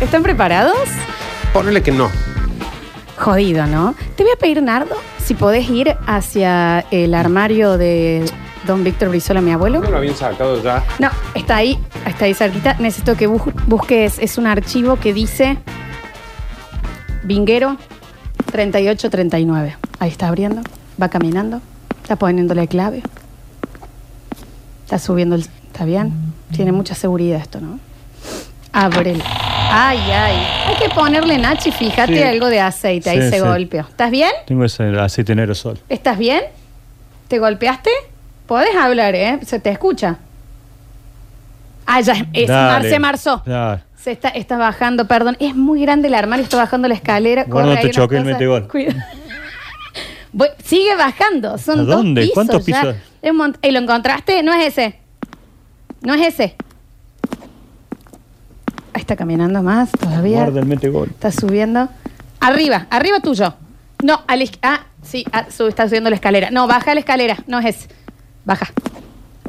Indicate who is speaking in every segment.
Speaker 1: ¿Están preparados?
Speaker 2: Ponele que no.
Speaker 1: Jodido, ¿no? Te voy a pedir, Nardo, si podés ir hacia el armario de don Víctor Brizola, mi abuelo.
Speaker 2: No lo habían sacado ya.
Speaker 1: No, está ahí, está ahí cerquita. Necesito que bus- busques, es un archivo que dice Vinguero 3839. Ahí está abriendo, va caminando, está poniéndole clave, está subiendo el... ¿Está bien? Tiene mucha seguridad esto, ¿no? Ábrelo. Ay, ay. Hay que ponerle, Nachi, fíjate
Speaker 3: Sí.
Speaker 1: algo de aceite, ahí
Speaker 3: Sí,
Speaker 1: se
Speaker 3: sí.
Speaker 1: golpeó. ¿Estás bien?
Speaker 3: Tengo ese aceite negro sol.
Speaker 1: ¿Estás bien? ¿Te golpeaste? Podés hablar, ¿eh? Se te escucha. Ah, ya es
Speaker 3: Dale.
Speaker 1: Marce Marzo.
Speaker 3: Dale.
Speaker 1: Se está, está bajando, perdón. Es muy grande el armario, está bajando la escalera.
Speaker 3: Guarda,
Speaker 1: corre,
Speaker 3: no te
Speaker 1: hay
Speaker 3: choque
Speaker 1: unas
Speaker 3: el
Speaker 1: cosas.
Speaker 3: metegol.
Speaker 1: Cuida- Bueno, sigue bajando. Son
Speaker 3: ¿A
Speaker 1: dos
Speaker 3: dónde?
Speaker 1: pisos
Speaker 3: ¿Cuántos
Speaker 1: ya.
Speaker 3: pisos?
Speaker 1: Es un mont- ¿Y lo encontraste? No es ese. No es ese. Ahí está caminando más todavía.
Speaker 3: Guarda el mete gol.
Speaker 1: Está subiendo. Arriba, arriba tuyo. No, a la izqui- Ah, sí, ah, sub- está subiendo la escalera. No, baja la escalera. No es ese. Baja.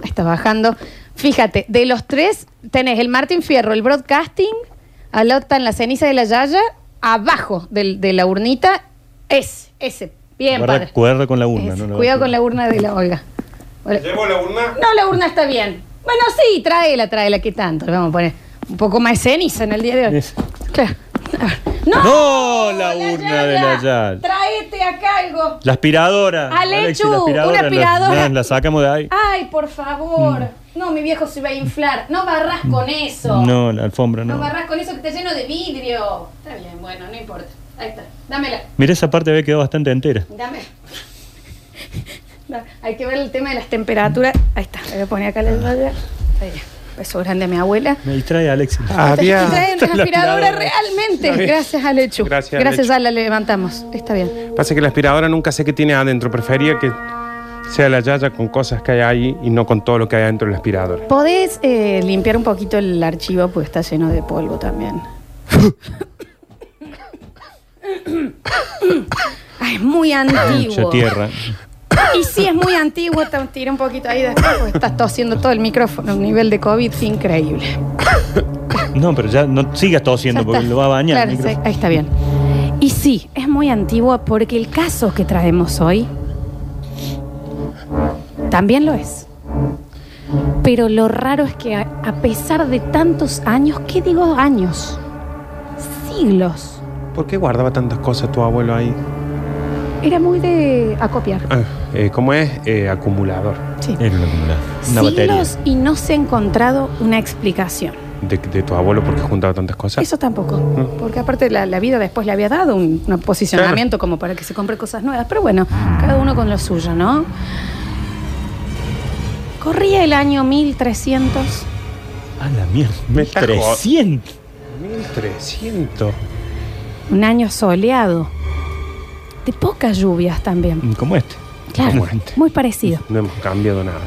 Speaker 1: Ahí Está bajando. Fíjate, de los tres tenés el Martín Fierro, el Broadcasting, al lado están la ceniza de la Yaya, abajo del- de la urnita. Ese, ese. Bien,
Speaker 3: Guarda,
Speaker 1: padre.
Speaker 3: cuerda con la urna.
Speaker 1: Ese.
Speaker 3: no la-
Speaker 1: Cuidado con la urna de la Olga. Hola.
Speaker 2: ¿Llevo la urna?
Speaker 1: No, la urna está bien. Bueno, sí, tráela, tráela, ¿qué tanto? Le vamos a poner un poco más de ceniza en el día de hoy.
Speaker 3: Es-
Speaker 1: Claro. A ver.
Speaker 3: No, la urna de la Yal.
Speaker 1: Traete acá algo.
Speaker 3: La aspiradora.
Speaker 1: Alechu,
Speaker 3: Alexi,
Speaker 1: Ah, una
Speaker 3: la-
Speaker 1: aspiradora.
Speaker 3: no, la sacamos de ahí.
Speaker 1: Ay, por favor. No, mi viejo se va a inflar. No barras con eso.
Speaker 3: No, la alfombra
Speaker 1: No
Speaker 3: no.
Speaker 1: barras con eso que está lleno de vidrio. Está bien, bueno, no importa. Ahí está. Dámela.
Speaker 3: Mira esa parte había quedado bastante entera.
Speaker 1: Dame. Da- Hay que ver el tema de las temperaturas. Ahí está. Le voy a poner acá la
Speaker 3: Ah.
Speaker 1: toalla. Ahí. Peso grande a mi abuela.
Speaker 3: Me distrae Alexi.
Speaker 1: Te
Speaker 2: Había.
Speaker 1: traen una
Speaker 3: La
Speaker 1: aspiradora
Speaker 3: aspiradora.
Speaker 1: realmente.
Speaker 2: Está bien.
Speaker 1: Gracias, Alechu.
Speaker 2: Gracias, Alechu.
Speaker 1: ya la levantamos. Está bien.
Speaker 2: Pasa que la aspiradora nunca sé qué tiene adentro. Prefería que sea la yaya con cosas que hay ahí y no con todo lo que hay adentro de la aspiradora.
Speaker 1: ¿Podés eh, limpiar un poquito el archivo? Porque está lleno de polvo también. Ay, es muy
Speaker 3: Mucha
Speaker 1: antiguo.
Speaker 3: tierra.
Speaker 1: Y sí, es muy antiguo. Te- Tira un poquito ahí después porque estás tosiendo todo el micrófono. Un nivel de COVID increíble.
Speaker 3: No, pero ya no sigas tosiendo
Speaker 1: Ya
Speaker 3: porque
Speaker 1: está.
Speaker 3: lo va a bañar.
Speaker 1: Claro,
Speaker 3: el micrófono.
Speaker 1: sí, ahí está bien. Y sí, es muy antiguo porque el caso que traemos hoy también lo es. Pero lo raro es que a, a pesar de tantos años, ¿qué digo años? Siglos.
Speaker 2: ¿Por qué guardaba tantas cosas tu abuelo ahí?
Speaker 1: Era muy de acopiar.
Speaker 2: Ah, eh, ¿Cómo es? Eh, acumulador.
Speaker 1: Sí.
Speaker 3: Era una, una
Speaker 1: Siglos
Speaker 3: batería.
Speaker 1: y no se ha encontrado una explicación.
Speaker 2: De, de tu abuelo porque juntaba tantas cosas.
Speaker 1: Eso tampoco, porque aparte la, la vida después le había dado un, un posicionamiento como para que se compre cosas nuevas, pero bueno, cada uno con lo suyo, ¿no? Corría el año 1300
Speaker 3: A la mierda.
Speaker 2: Me está
Speaker 3: 300.
Speaker 2: 1300.
Speaker 1: Un año soleado. De pocas lluvias también.
Speaker 3: Como este.
Speaker 1: Claro,
Speaker 2: Como este.
Speaker 1: muy parecido.
Speaker 2: No hemos cambiado nada.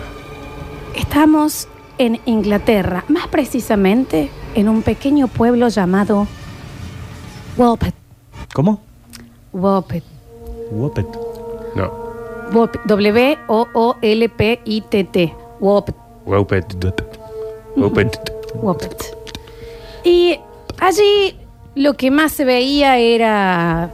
Speaker 1: Estamos en Inglaterra, más precisamente en un pequeño pueblo llamado Walpet.
Speaker 3: ¿Cómo?
Speaker 1: Walpet.
Speaker 3: Wopet.
Speaker 2: No.
Speaker 1: Walpet. W-O-O-L-P-I-T-T. Walpet.
Speaker 2: Weupet. Weupet.
Speaker 1: Wopet. Y allí lo que más se veía era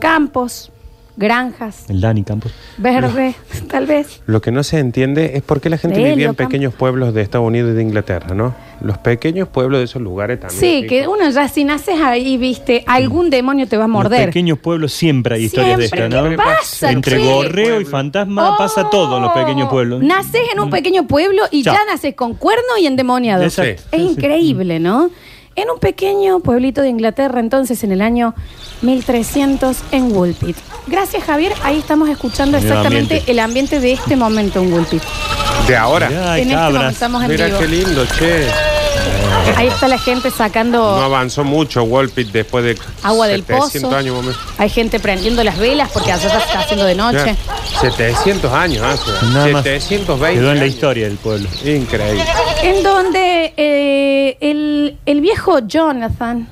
Speaker 1: campos, granjas,
Speaker 3: El Dani Campos.
Speaker 1: verde, tal vez.
Speaker 2: Lo que no se entiende es por qué la gente
Speaker 1: De
Speaker 2: vivía en
Speaker 1: Helio Campo.
Speaker 2: pequeños pueblos de Estados Unidos y de Inglaterra, ¿no? Los pequeños pueblos de esos lugares también.
Speaker 1: Sí,
Speaker 2: chicos.
Speaker 1: que uno ya si naces ahí, viste, algún demonio te va a
Speaker 3: En
Speaker 1: morder.
Speaker 3: los pequeños pueblos siempre hay historias
Speaker 1: Siempre.
Speaker 3: de
Speaker 1: ¿Qué
Speaker 3: esta, ¿no?
Speaker 1: pasa,
Speaker 3: Entre
Speaker 1: che?
Speaker 3: gorreo y fantasma
Speaker 1: Oh,
Speaker 3: pasa todo en los pequeños pueblos. Mm.
Speaker 1: Naces en un pequeño pueblo y
Speaker 3: Chao.
Speaker 1: ya naces con cuerno y endemoniado.
Speaker 3: Exacto.
Speaker 1: Es increíble, ¿no? En un pequeño pueblito de Inglaterra, entonces, en el año 1300, en Woolpit. Gracias, Javier. Ahí estamos escuchando
Speaker 3: El
Speaker 1: exactamente
Speaker 3: ambiente.
Speaker 1: el ambiente de este momento en Woolpit.
Speaker 2: De ahora.
Speaker 3: Mirá, hay
Speaker 1: en este momento
Speaker 3: cabras.
Speaker 1: estamos en
Speaker 2: Mira
Speaker 1: vivo.
Speaker 2: qué lindo, che.
Speaker 1: Ahí está la gente sacando
Speaker 2: No avanzó mucho Walpit después de
Speaker 1: Oh. agua del
Speaker 2: 700
Speaker 1: pozo.
Speaker 2: años. vos
Speaker 1: Hay gente prendiendo las velas porque allá ya se está haciendo de
Speaker 2: me-
Speaker 1: noche.
Speaker 2: Ya, 700 años hace.
Speaker 3: Nada más.
Speaker 2: 720.
Speaker 3: Quedó en la
Speaker 2: años.
Speaker 3: historia del pueblo.
Speaker 2: Increíble.
Speaker 1: En donde eh, el, el viejo Jonathan,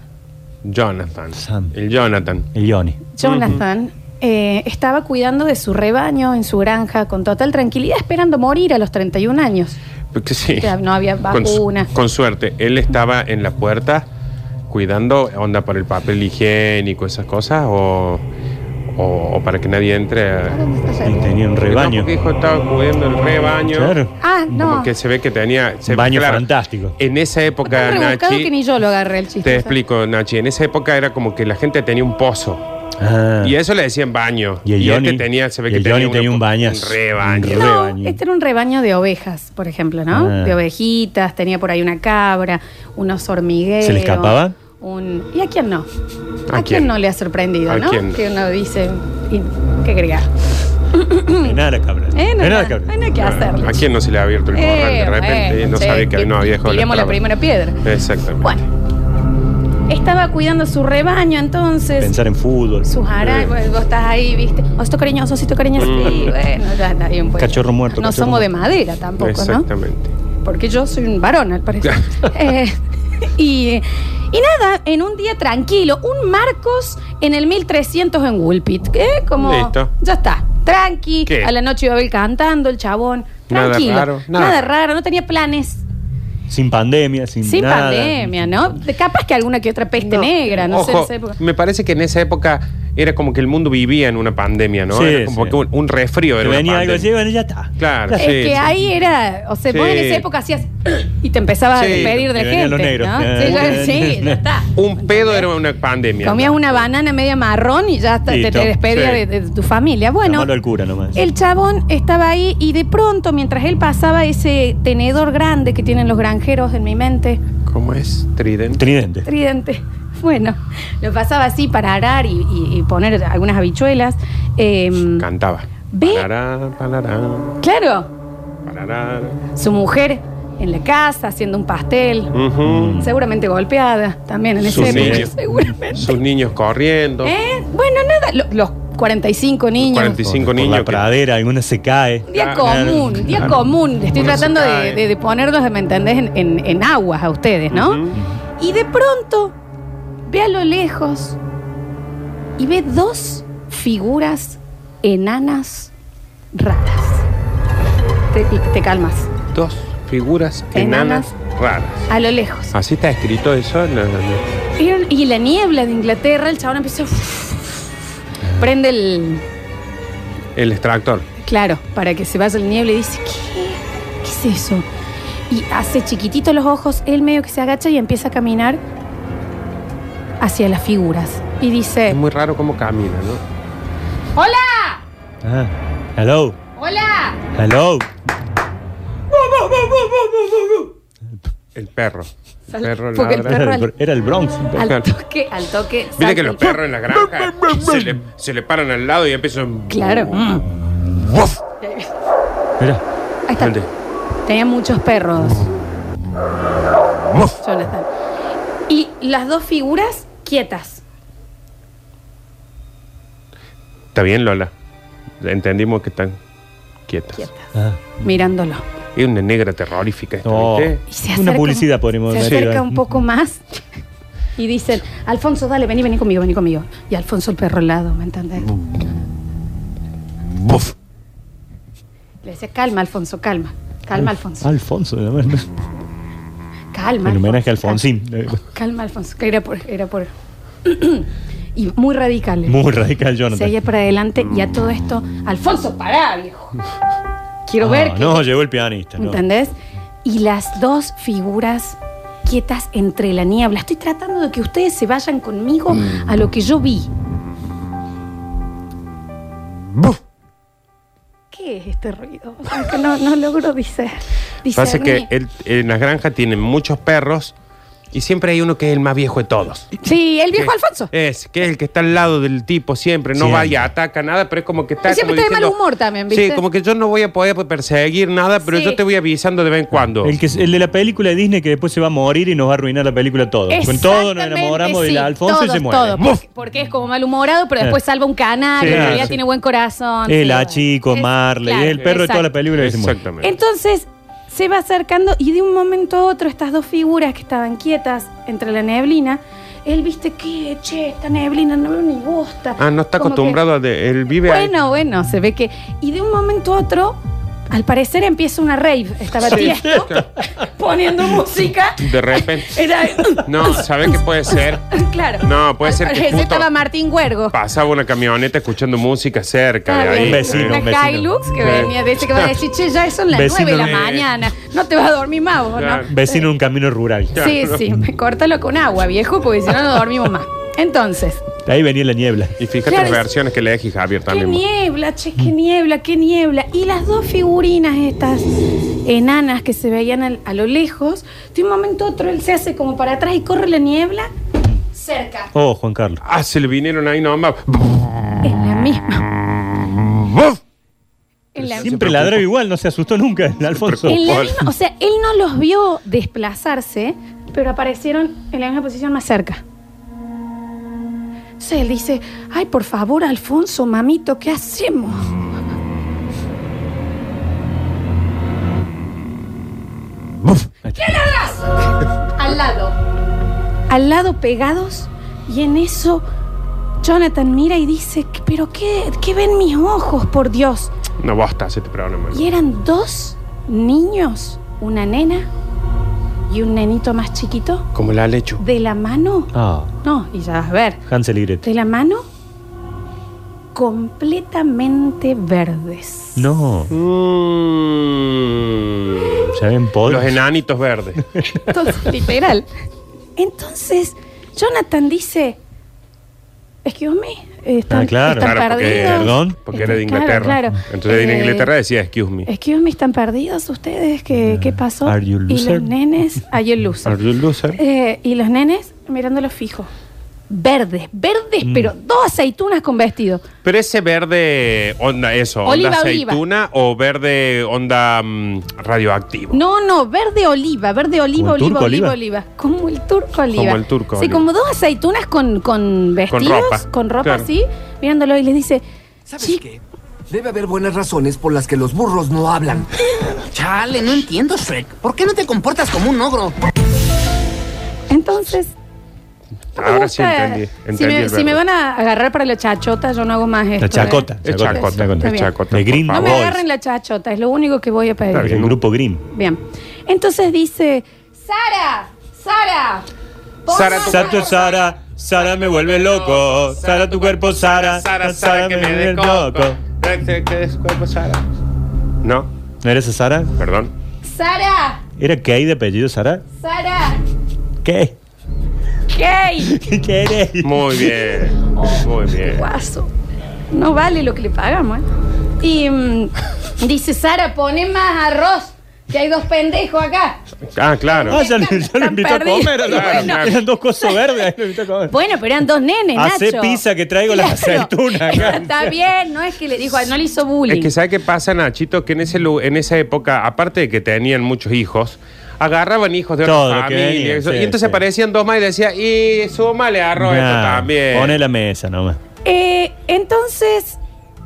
Speaker 2: Jonathan.
Speaker 3: Sam.
Speaker 2: El Jonathan.
Speaker 3: El Ioni.
Speaker 1: Jonathan eh, estaba cuidando de su rebaño en su granja con total tranquilidad, esperando morir a los 31 años.
Speaker 2: Porque sí.
Speaker 1: Ya no había
Speaker 2: Con su-
Speaker 1: vacuna.
Speaker 2: Con, suerte. Él estaba en la puerta cuidando, onda por el papel higiénico, esas cosas, o, o, o para que nadie entre. a-
Speaker 1: ¿Dónde está
Speaker 3: Y
Speaker 1: Jerry?
Speaker 3: tenía un
Speaker 2: Porque
Speaker 3: rebaño.
Speaker 2: no, porque dijo, estaba cubriendo el rebaño.
Speaker 3: Claro.
Speaker 1: Ah,
Speaker 2: Como
Speaker 1: no.
Speaker 2: que se ve que tenía. Se,
Speaker 3: Baño fantástico.
Speaker 2: En esa época,
Speaker 1: Tan rebuscado
Speaker 2: Nachi.
Speaker 1: que ni yo lo agarré el chiste.
Speaker 2: Te explico, Nachi. En esa época era como que la gente tenía un pozo.
Speaker 3: Ah.
Speaker 2: Y eso le decían baño.
Speaker 3: Y el Johnny.
Speaker 2: este tenía, se ve
Speaker 3: Y
Speaker 2: que
Speaker 3: el Johnny tenía un bañazo.
Speaker 2: Un rebaño.
Speaker 3: Un re-
Speaker 1: No,
Speaker 3: rebaño.
Speaker 1: este era un rebaño de ovejas, por ejemplo, ¿no?
Speaker 3: Ah.
Speaker 1: De ovejitas, tenía por ahí una cabra, unos hormigueros.
Speaker 3: ¿Se le escapaba?
Speaker 1: Un... ¿Y a quién no?
Speaker 2: ¿A
Speaker 1: ¿A, quién?
Speaker 2: quién?
Speaker 1: no le ha sorprendido,
Speaker 2: ¿A
Speaker 1: no?
Speaker 2: quién no?
Speaker 1: Que uno dice, ¿y ¿qué quería?
Speaker 3: No hay nada de cabra.
Speaker 1: Eh,
Speaker 3: No
Speaker 1: no,
Speaker 3: hay nada
Speaker 1: nada,
Speaker 3: de cabra.
Speaker 1: hay nada que hacerlo.
Speaker 2: ¿A quién no se le ha abierto Ah, el
Speaker 1: Eh,
Speaker 2: corral de repente?
Speaker 1: bueno,
Speaker 2: no
Speaker 1: che,
Speaker 2: sabe que no había dejado
Speaker 1: Tiremos la
Speaker 2: traba.
Speaker 1: primera piedra.
Speaker 2: Exactamente.
Speaker 1: Bueno, estaba cuidando su rebaño entonces.
Speaker 3: Pensar en fútbol.
Speaker 1: Sus arañas, pues, vos estás ahí, viste. Osito cariñoso, osito cariñoso. Sí, bueno, ya está ahí un poco.
Speaker 3: Cachorro muerto,
Speaker 1: No
Speaker 3: cachorro
Speaker 1: somos de
Speaker 3: muerto.
Speaker 1: madera tampoco, ¿no?
Speaker 2: Exactamente.
Speaker 1: Porque yo soy un varón, al parecer. Eh, y, y nada, en un día tranquilo, un Marcos en el 1300 en Woolpit. ¿Qué? Como.
Speaker 2: Listo.
Speaker 1: Ya está. Tranqui.
Speaker 2: ¿Qué?
Speaker 1: A la noche iba a ver cantando el chabón.
Speaker 2: Nada
Speaker 1: Tranquilo.
Speaker 2: raro, nada.
Speaker 1: raro, no tenía planes.
Speaker 3: Sin pandemia, sin,
Speaker 1: Sin
Speaker 3: nada.
Speaker 1: pandemia, ¿no? De- Capaz que alguna que otra peste
Speaker 2: No,
Speaker 1: negra, no sé, en
Speaker 2: ojo,
Speaker 1: esa época.
Speaker 2: Me parece que en esa época era como que el mundo vivía en una pandemia, ¿no?
Speaker 3: Sí,
Speaker 2: era como
Speaker 3: sí.
Speaker 2: que un, un resfrío.
Speaker 3: Que
Speaker 2: Era una
Speaker 3: venía algo
Speaker 2: pandemia.
Speaker 3: así, bueno, ya está.
Speaker 2: Claro,
Speaker 1: Es
Speaker 2: sí,
Speaker 1: que
Speaker 2: sí.
Speaker 1: ahí era, o sea, vos
Speaker 2: Sí.
Speaker 1: en esa época hacías y te empezabas
Speaker 2: Sí.
Speaker 1: a despedir de
Speaker 3: Que
Speaker 1: gente.
Speaker 3: venían los negros.
Speaker 1: ¿no?
Speaker 3: Eh,
Speaker 1: Sí, ya-
Speaker 3: eh,
Speaker 1: sí, ya está.
Speaker 2: Un pedo era una pandemia.
Speaker 1: Comías
Speaker 2: ¿no?
Speaker 1: una banana media marrón y ya hasta te,
Speaker 3: Listo.
Speaker 1: te despedía
Speaker 2: Sí.
Speaker 1: de, de tu familia. Bueno,
Speaker 3: Llamalo al cura nomás.
Speaker 1: el chabón estaba ahí y de pronto, mientras él pasaba ese tenedor grande que tienen los granjeros en mi mente,
Speaker 2: ¿Cómo es? Trident.
Speaker 3: Tridente.
Speaker 1: tridente, bueno, lo pasaba así para arar y, y- y poner algunas habichuelas. em,
Speaker 2: Cantaba.
Speaker 1: Ve.
Speaker 2: Parará, parará,
Speaker 1: claro,
Speaker 2: parará.
Speaker 1: su mujer en la casa haciendo un pastel,
Speaker 2: Mm. Ujú.
Speaker 1: seguramente golpeada también en ese
Speaker 2: Sus
Speaker 1: época,
Speaker 2: niños.
Speaker 1: seguramente.
Speaker 2: Sus niños corriendo.
Speaker 1: Eh, Bueno, nada, lo- los 45 niños.
Speaker 2: 45
Speaker 3: Por-
Speaker 2: Cinco
Speaker 3: por
Speaker 2: niños
Speaker 3: La
Speaker 2: que-
Speaker 3: pradera, alguna se cae.
Speaker 1: Un Día
Speaker 2: Claro,
Speaker 1: común, día
Speaker 2: claro.
Speaker 1: común. Estoy
Speaker 2: Uno se
Speaker 1: tratando de,
Speaker 2: cae.
Speaker 1: de, de ponerlos, ¿me entendés? En, en- en aguas a ustedes, ¿no?
Speaker 2: Ujú.
Speaker 1: Y de pronto ve a lo lejos y ve dos figuras enanas raras. Te, y te calmas.
Speaker 2: Dos figuras
Speaker 1: Enanas.
Speaker 2: enanas raras.
Speaker 1: A lo lejos.
Speaker 2: Así está escrito eso. en la- en la-
Speaker 1: Eran- Y la niebla de Inglaterra, el chabón empezó. Prende el.
Speaker 2: El extractor.
Speaker 1: Claro, para que se vaya el niebla y dice, ¿qué? ¿Qué es eso? Y hace chiquitito los ojos, él medio que se agacha y empieza a caminar hacia las figuras. Y dice,
Speaker 2: Es muy raro cómo camina, ¿no?
Speaker 1: ¡Hola!
Speaker 3: Ah, hello,
Speaker 1: ¡Hola!
Speaker 3: hello.
Speaker 2: El perro. El
Speaker 1: Sal-
Speaker 2: perro
Speaker 1: porque el
Speaker 2: ladra.
Speaker 1: perro
Speaker 3: Era el, era el Bronx.
Speaker 1: Al toque, al toque.
Speaker 2: Viste
Speaker 1: salta
Speaker 2: que los
Speaker 1: el-
Speaker 2: perros en la granja se le, se le paran al lado y empiezan.
Speaker 1: Claro.
Speaker 2: Mm.
Speaker 1: Mm.
Speaker 3: Mira,
Speaker 1: Ahí está.
Speaker 2: Gente.
Speaker 1: Tenía muchos perros. Jonathan. Y las dos figuras quietas.
Speaker 2: Está bien, Lola. Entendimos que están quietas.
Speaker 1: Quietas.
Speaker 3: ah,
Speaker 1: Mirándolo.
Speaker 2: Es una negra terrorífica esta,
Speaker 3: No.
Speaker 2: ¿viste?
Speaker 1: Y se
Speaker 3: Una
Speaker 1: acerca-
Speaker 3: publicidad podríamos
Speaker 1: Se
Speaker 3: decir, ¿eh?
Speaker 1: acerca un poco más y dicen, Alfonso, dale, vení, vení conmigo, vení conmigo. Y Alfonso el perro al lado, ¿me entendés?
Speaker 2: Buf.
Speaker 1: Le decía, calma, Alfonso, calma. Calma, Alfonso.
Speaker 3: Alfonso, ¿no?
Speaker 1: Calma.
Speaker 3: en homenaje a
Speaker 1: Alfonso,
Speaker 3: Alfonsín.
Speaker 1: Calma, Calma, Alfonso, que era por... Era por y muy radicales.
Speaker 3: Muy radical, Jonathan.
Speaker 1: Seguía para adelante y a todo esto, Alfonso, pará, viejo. Quiero
Speaker 3: Ah,
Speaker 1: ver que...
Speaker 3: no, llegó el pianista. no.
Speaker 1: ¿Entendés? Y las dos figuras quietas entre la niebla. Estoy tratando de que ustedes se vayan conmigo a lo que yo vi. ¿Qué es este ruido? Es que no, no logro dice.
Speaker 2: Pasa que él- en las granjas tienen muchos perros y siempre hay uno que es el más viejo de todos.
Speaker 1: Sí, el viejo
Speaker 2: Que-
Speaker 1: Alfonso.
Speaker 2: Es, que es el que está al lado del tipo siempre, no
Speaker 3: Siempre.
Speaker 2: vaya, ataca nada, pero es como que está.
Speaker 1: Y siempre
Speaker 2: como
Speaker 1: está de mal humor también, ¿viste?
Speaker 2: Sí, como que yo no voy a poder perseguir nada, pero
Speaker 1: Sí.
Speaker 2: yo te voy avisando de vez en cuando.
Speaker 3: El, que, es- el de la película de Disney que después se va a morir y nos va a arruinar la película todo. Con todo nos
Speaker 1: Exactamente,
Speaker 3: enamoramos de
Speaker 1: sí,
Speaker 3: la Alfonso y
Speaker 1: todos,
Speaker 3: se muere. Eh.
Speaker 1: todos, porque, porque es como malhumorado, pero después salva un canal,
Speaker 3: Sí,
Speaker 1: en
Speaker 3: claro,
Speaker 1: realidad
Speaker 3: sí.
Speaker 1: tiene buen corazón.
Speaker 3: El
Speaker 1: sí,
Speaker 3: achico,
Speaker 1: es-
Speaker 3: Marley,
Speaker 1: claro,
Speaker 3: el perro de toda la
Speaker 1: exacto.
Speaker 3: película que se muere.
Speaker 2: Exactamente.
Speaker 1: Entonces se va acercando y de un momento a otro estas dos figuras que estaban quietas entre la neblina, él viste que, che, esta neblina no veo ni bosta.
Speaker 2: Ah, no está
Speaker 1: Como que-
Speaker 2: acostumbrado a. de- él vive ahí.
Speaker 1: bueno, bueno, se ve que... Y de un momento a otro Al parecer empieza una rave. Estaba
Speaker 2: Sí.
Speaker 1: Tiesto poniendo música.
Speaker 2: De repente.
Speaker 1: Era-
Speaker 2: No, ¿sabes qué puede ser?
Speaker 1: claro.
Speaker 2: No, puede
Speaker 1: Al
Speaker 2: ser que
Speaker 1: parecer
Speaker 2: justo-
Speaker 1: estaba Martín Huergo.
Speaker 2: Pasaba una camioneta escuchando música cerca de ahí.
Speaker 3: Un vecino,
Speaker 1: una
Speaker 3: un vecino.
Speaker 1: Hilux que
Speaker 2: Sí.
Speaker 1: venía de ese que va a decir, che, ya son las
Speaker 3: Vecino
Speaker 1: nueve de la
Speaker 3: de-
Speaker 1: mañana. No te vas a dormir más vos,
Speaker 2: Claro.
Speaker 1: ¿no?
Speaker 3: Vecino de un camino rural.
Speaker 1: Sí,
Speaker 2: Claro.
Speaker 1: sí, me córtalo con agua, viejo, porque si no, no dormimos más. Entonces,
Speaker 3: De ahí venía la niebla.
Speaker 2: Y fíjate
Speaker 1: Claro,
Speaker 2: las
Speaker 1: es-
Speaker 2: versiones que le dejé Javier
Speaker 1: qué
Speaker 2: también.
Speaker 1: niebla, che, qué niebla, qué niebla. Y las dos figurinas estas enanas que se veían al- a lo lejos, de un momento a otro él se hace como para atrás y corre la niebla cerca.
Speaker 3: Oh, Juan Carlos.
Speaker 2: Ah, se le vinieron ahí nomás.
Speaker 1: En la misma. En la,
Speaker 2: Siempre
Speaker 3: Siempre ladra igual, no se asustó nunca, Alfonso.
Speaker 1: en la
Speaker 2: Paul.
Speaker 1: misma, o sea, él no los vio desplazarse, pero aparecieron en la misma posición más cerca. Entonces él dice, ay, por favor, Alfonso, mamito, ¿qué hacemos? Al lado. Al lado pegados. Y en eso, Jonathan mira y dice, pero qué, qué ven mis ojos, por Dios.
Speaker 2: No basta este programa.
Speaker 1: Y eran dos niños, una nena y un nenito más chiquito,
Speaker 2: Como la lecho.
Speaker 1: de la mano.
Speaker 3: Ah,
Speaker 1: No, y ya vas a ver.
Speaker 3: Hansel y Gretel.
Speaker 1: De la mano, completamente verdes.
Speaker 3: No,
Speaker 2: Mm.
Speaker 3: se ven
Speaker 2: Los
Speaker 3: podres.
Speaker 2: enanitos verdes.
Speaker 1: Todo literal. Entonces, Jonathan dice: Excuse me, eh, están,
Speaker 3: Ah, claro.
Speaker 1: están
Speaker 2: Claro, porque-
Speaker 1: perdidos.
Speaker 3: perdón,
Speaker 2: Porque era de
Speaker 1: Claro,
Speaker 2: Inglaterra.
Speaker 1: claro.
Speaker 2: Entonces en
Speaker 1: Eh,
Speaker 2: Inglaterra decía, excuse me.
Speaker 1: Excuse me, están perdidos ustedes. ¿Qué, qué pasó?
Speaker 3: Ah, Are you
Speaker 1: y
Speaker 3: loser?
Speaker 1: los nenes, are you loser?
Speaker 2: Are you loser?
Speaker 1: Eh, y los nenes mirándolos fijo. Verdes, verdes,
Speaker 3: Mm.
Speaker 1: pero dos aceitunas con vestido.
Speaker 2: Pero ese verde onda eso, onda
Speaker 1: Oliva, oliva.
Speaker 2: aceituna o verde onda mm, radioactivo.
Speaker 1: No, no, verde oliva, verde oliva,
Speaker 3: ¿Como el
Speaker 1: oliva,
Speaker 3: turco
Speaker 1: oliva,
Speaker 3: oliva?
Speaker 1: oliva. Como el turco oliva.
Speaker 2: Como el turco
Speaker 1: Sí,
Speaker 2: oliva.
Speaker 1: como dos aceitunas con, con vestidos, con ropa,
Speaker 2: ropa. Claro.
Speaker 1: así, mirándolo y les dice,
Speaker 4: ¿Sabes
Speaker 1: "Chi-
Speaker 4: qué? Debe haber buenas razones por las que los burros no hablan.
Speaker 5: Chale, no entiendo, Shrek. ¿Por qué no te comportas como un ogro?
Speaker 1: Entonces. no me
Speaker 2: Ahora
Speaker 1: gusta-
Speaker 2: sí entendí,
Speaker 1: si,
Speaker 2: entendí
Speaker 1: me,
Speaker 2: el
Speaker 1: si
Speaker 2: verbo.
Speaker 1: me van a agarrar para la chachota, yo no hago más esto.
Speaker 3: La chacota.
Speaker 1: ¿eh?
Speaker 2: Es
Speaker 3: Chacota,
Speaker 2: chacota,
Speaker 3: chacota.
Speaker 2: es chacota.
Speaker 3: De
Speaker 2: por
Speaker 3: Green
Speaker 1: No
Speaker 2: favor.
Speaker 1: me
Speaker 3: Boys.
Speaker 1: agarren la chachota, es lo único que voy a pedir.
Speaker 2: Está
Speaker 3: El grupo Green.
Speaker 1: Bien. Entonces dice: ¡Sara! ¡Sara! pon
Speaker 2: Sara,
Speaker 1: más
Speaker 2: tu-
Speaker 1: agua".
Speaker 3: Sato Sara, Sara me vuelve loco. Sara tu cuerpo, Sara.
Speaker 2: Sara, Sara, que me dé coco. Que- que de su cuerpo, Sara. No,
Speaker 3: ¿No era esa Sara?
Speaker 2: perdón.
Speaker 1: ¡Sara!
Speaker 3: ¿Era Kay de apellido Sara?
Speaker 1: ¡Sara!
Speaker 3: ¿Qué?
Speaker 1: ¡Gay!
Speaker 3: ¿Qué eres?
Speaker 2: Muy bien, muy bien.
Speaker 1: Guaso. No vale lo que le pagamos, ¿eh? Y mm, dice: Sara, pone más arroz, que hay dos pendejos acá.
Speaker 2: Ah, claro.
Speaker 3: Ah, ya, lo- ya lo
Speaker 1: Están
Speaker 3: invitó a comer.
Speaker 1: perdidos.
Speaker 3: ¿no?
Speaker 2: Bueno.
Speaker 3: Eran dos cosas verdes. ahí lo invitó a comer.
Speaker 1: Bueno, pero eran dos nenes, Nacho.
Speaker 3: Hacé pizza que traigo las aceitunas acá.
Speaker 1: Está bien, no es que le dijo, no le hizo bullying.
Speaker 2: Es que ¿sabe qué pasa, Nachito? Que en, ese, lu- en esa época, aparte de que tenían muchos hijos, agarraban hijos de
Speaker 3: Todo
Speaker 2: otras
Speaker 3: lo que venía,
Speaker 2: familias. eso,
Speaker 3: sí,
Speaker 2: y entonces
Speaker 3: sí.
Speaker 2: aparecían dos más y decía, y súmale arroz esto
Speaker 3: Nah,
Speaker 2: también.
Speaker 3: Pone la mesa nomás.
Speaker 1: Eh, entonces,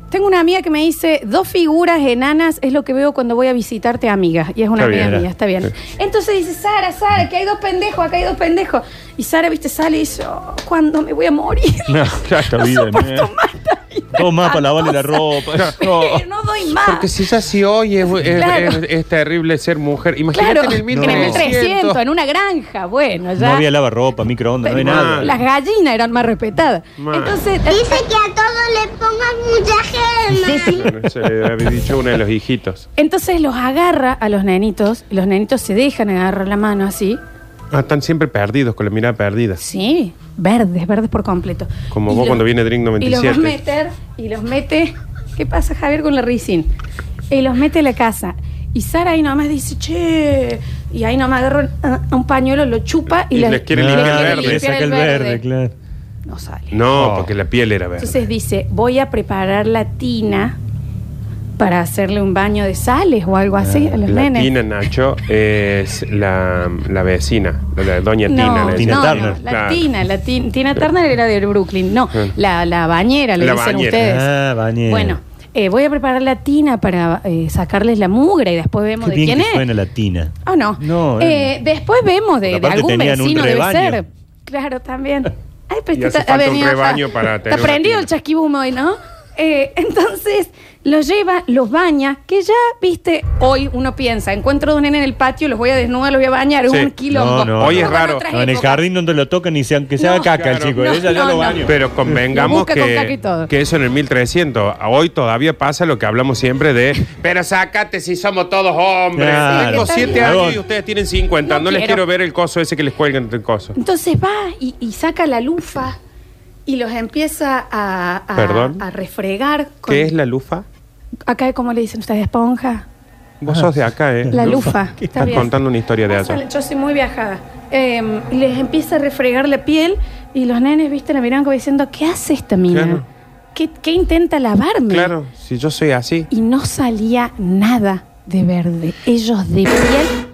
Speaker 1: tengo una amiga que me dice, dos figuras enanas es lo que veo cuando voy a visitarte, amiga. Y es una
Speaker 2: Está
Speaker 1: amiga
Speaker 2: bien.
Speaker 1: mía, está bien.
Speaker 2: Sí.
Speaker 1: Entonces dice, Sara, Sara, que hay dos pendejos, acá hay dos pendejos. Y Sara, viste, sale y dice, oh, ¿cuándo me voy a morir?
Speaker 3: No, ya está
Speaker 1: no
Speaker 3: vida,
Speaker 1: soporto
Speaker 3: mía.
Speaker 1: más esta vida
Speaker 3: Dos más para lavarle la
Speaker 1: espantosa.
Speaker 3: ropa.
Speaker 1: Pero no doy más.
Speaker 2: Porque si es así hoy, es, es-
Speaker 1: Claro.
Speaker 2: es- es terrible ser mujer. Imagínate
Speaker 1: claro,
Speaker 2: en el 1300.
Speaker 1: 1300, en una granja, bueno,
Speaker 3: No
Speaker 1: ya.
Speaker 3: había lavarropa, microondas, no hay
Speaker 2: Mal.
Speaker 3: nada.
Speaker 1: Las gallinas eran más respetadas.
Speaker 2: Mal.
Speaker 1: Entonces,
Speaker 6: Dice que a todos le pongan mucha gema.
Speaker 2: Bueno, Se le había dicho uno de los hijitos.
Speaker 1: Entonces los agarra a los nenitos, y los nenitos se dejan agarrar la mano así,
Speaker 2: Ah, están siempre perdidos, con la mirada perdida.
Speaker 1: sí, verdes, verdes por completo.
Speaker 2: Como vos cuando viene Drink
Speaker 1: Y los va a
Speaker 2: 97.
Speaker 1: meter, y los mete, ¿qué pasa Javier con la Ricin? Y los mete a la casa. Y Sara ahí nomás dice, che, y ahí nomás agarra un, ah, un pañuelo, lo chupa y,
Speaker 2: Y
Speaker 1: la-
Speaker 2: les quiere
Speaker 1: les
Speaker 2: limpiar el
Speaker 1: quiere
Speaker 2: verde.
Speaker 1: limpiar
Speaker 3: Le saca
Speaker 1: el verde.
Speaker 3: claro.
Speaker 1: No sale.
Speaker 2: No,
Speaker 3: Oh.
Speaker 2: porque la piel era verde.
Speaker 1: Entonces dice, voy a preparar la tina para hacerle un baño de sales o algo así a los
Speaker 2: la
Speaker 1: nenes.
Speaker 2: Tina Nacho es la, la vecina, la doña Tina.
Speaker 1: No,
Speaker 2: le
Speaker 3: Tina
Speaker 1: no,
Speaker 2: decían.
Speaker 3: Turner.
Speaker 1: no, la
Speaker 2: Claro.
Speaker 1: Tina, la Tin- Tina Turner era de Brooklyn. No,
Speaker 2: Sí.
Speaker 1: la, la bañera, le
Speaker 2: La
Speaker 1: dicen
Speaker 2: bañera.
Speaker 1: ustedes.
Speaker 3: Ah, bañera.
Speaker 1: Bueno, eh, voy a preparar la tina para eh, sacarles la mugre y después vemos
Speaker 3: Qué
Speaker 1: de
Speaker 3: bien
Speaker 1: quién
Speaker 3: que
Speaker 1: es.
Speaker 3: suena la tina.
Speaker 1: ¿O no?
Speaker 3: No,
Speaker 1: Eh,
Speaker 3: eh.
Speaker 1: después vemos de,
Speaker 3: Porque
Speaker 1: de
Speaker 3: aparte
Speaker 1: algún
Speaker 3: tenían un
Speaker 1: vecino, debe
Speaker 3: rebaño.
Speaker 1: ser. Claro, también. Ay, pero
Speaker 2: Y
Speaker 1: este
Speaker 2: hace
Speaker 1: está-
Speaker 2: falta un
Speaker 1: venido-
Speaker 2: rebaño para
Speaker 1: está
Speaker 2: tener una
Speaker 1: prendido
Speaker 2: tina.
Speaker 1: el chasquibumo hoy, ¿no? Eh, entonces Los lleva, los baña, que ya, viste, hoy uno piensa, encuentro a un nene en el patio, los voy a desnudar, los voy a bañar, es
Speaker 2: Sí.
Speaker 1: un quilombo.
Speaker 3: No, no,
Speaker 2: Hoy
Speaker 1: Como
Speaker 2: es
Speaker 1: en
Speaker 2: raro.
Speaker 1: otras
Speaker 3: No, en el
Speaker 1: épocas.
Speaker 3: jardín no te lo tocan ni se, aunque se
Speaker 1: No,
Speaker 3: haga caca el
Speaker 2: claro.
Speaker 3: chico.
Speaker 1: No,
Speaker 3: Ella
Speaker 1: no,
Speaker 3: ya
Speaker 1: no.
Speaker 3: lo baño.
Speaker 2: Pero convengamos
Speaker 1: busca con caca y
Speaker 2: que,
Speaker 1: todo.
Speaker 2: que eso en el 1300. Hoy todavía pasa lo que hablamos siempre de. Pero sácate si somos todos hombres.
Speaker 3: Claro.
Speaker 2: Tengo
Speaker 1: Está
Speaker 2: 7
Speaker 1: bien.
Speaker 2: años y ustedes tienen 50. No,
Speaker 1: No
Speaker 2: les
Speaker 1: quiero.
Speaker 2: quiero ver el coso ese que les cuelgan el coso.
Speaker 1: Entonces va y, y saca la lufa y los empieza a, a-
Speaker 2: Perdón.
Speaker 1: a refregar. con-
Speaker 2: ¿Qué es la lufa?
Speaker 1: Acá, como le dicen ustedes, esponja.
Speaker 3: Ah,
Speaker 2: Vos sos de acá, ¿eh?
Speaker 1: La lufa. Ah, Está
Speaker 2: Estás
Speaker 1: bien.
Speaker 2: contando una historia de
Speaker 1: Pásale,
Speaker 2: allá.
Speaker 1: Yo soy muy viajada. Eh, y les empieza a refregar la piel y los nenes, viste, la miran como diciendo, ¿qué hace esta mina?
Speaker 2: Claro.
Speaker 1: ¿Qué, qué intenta lavarme?
Speaker 2: Claro, si yo soy así.
Speaker 1: Y no salía nada de verde. Ellos de piel.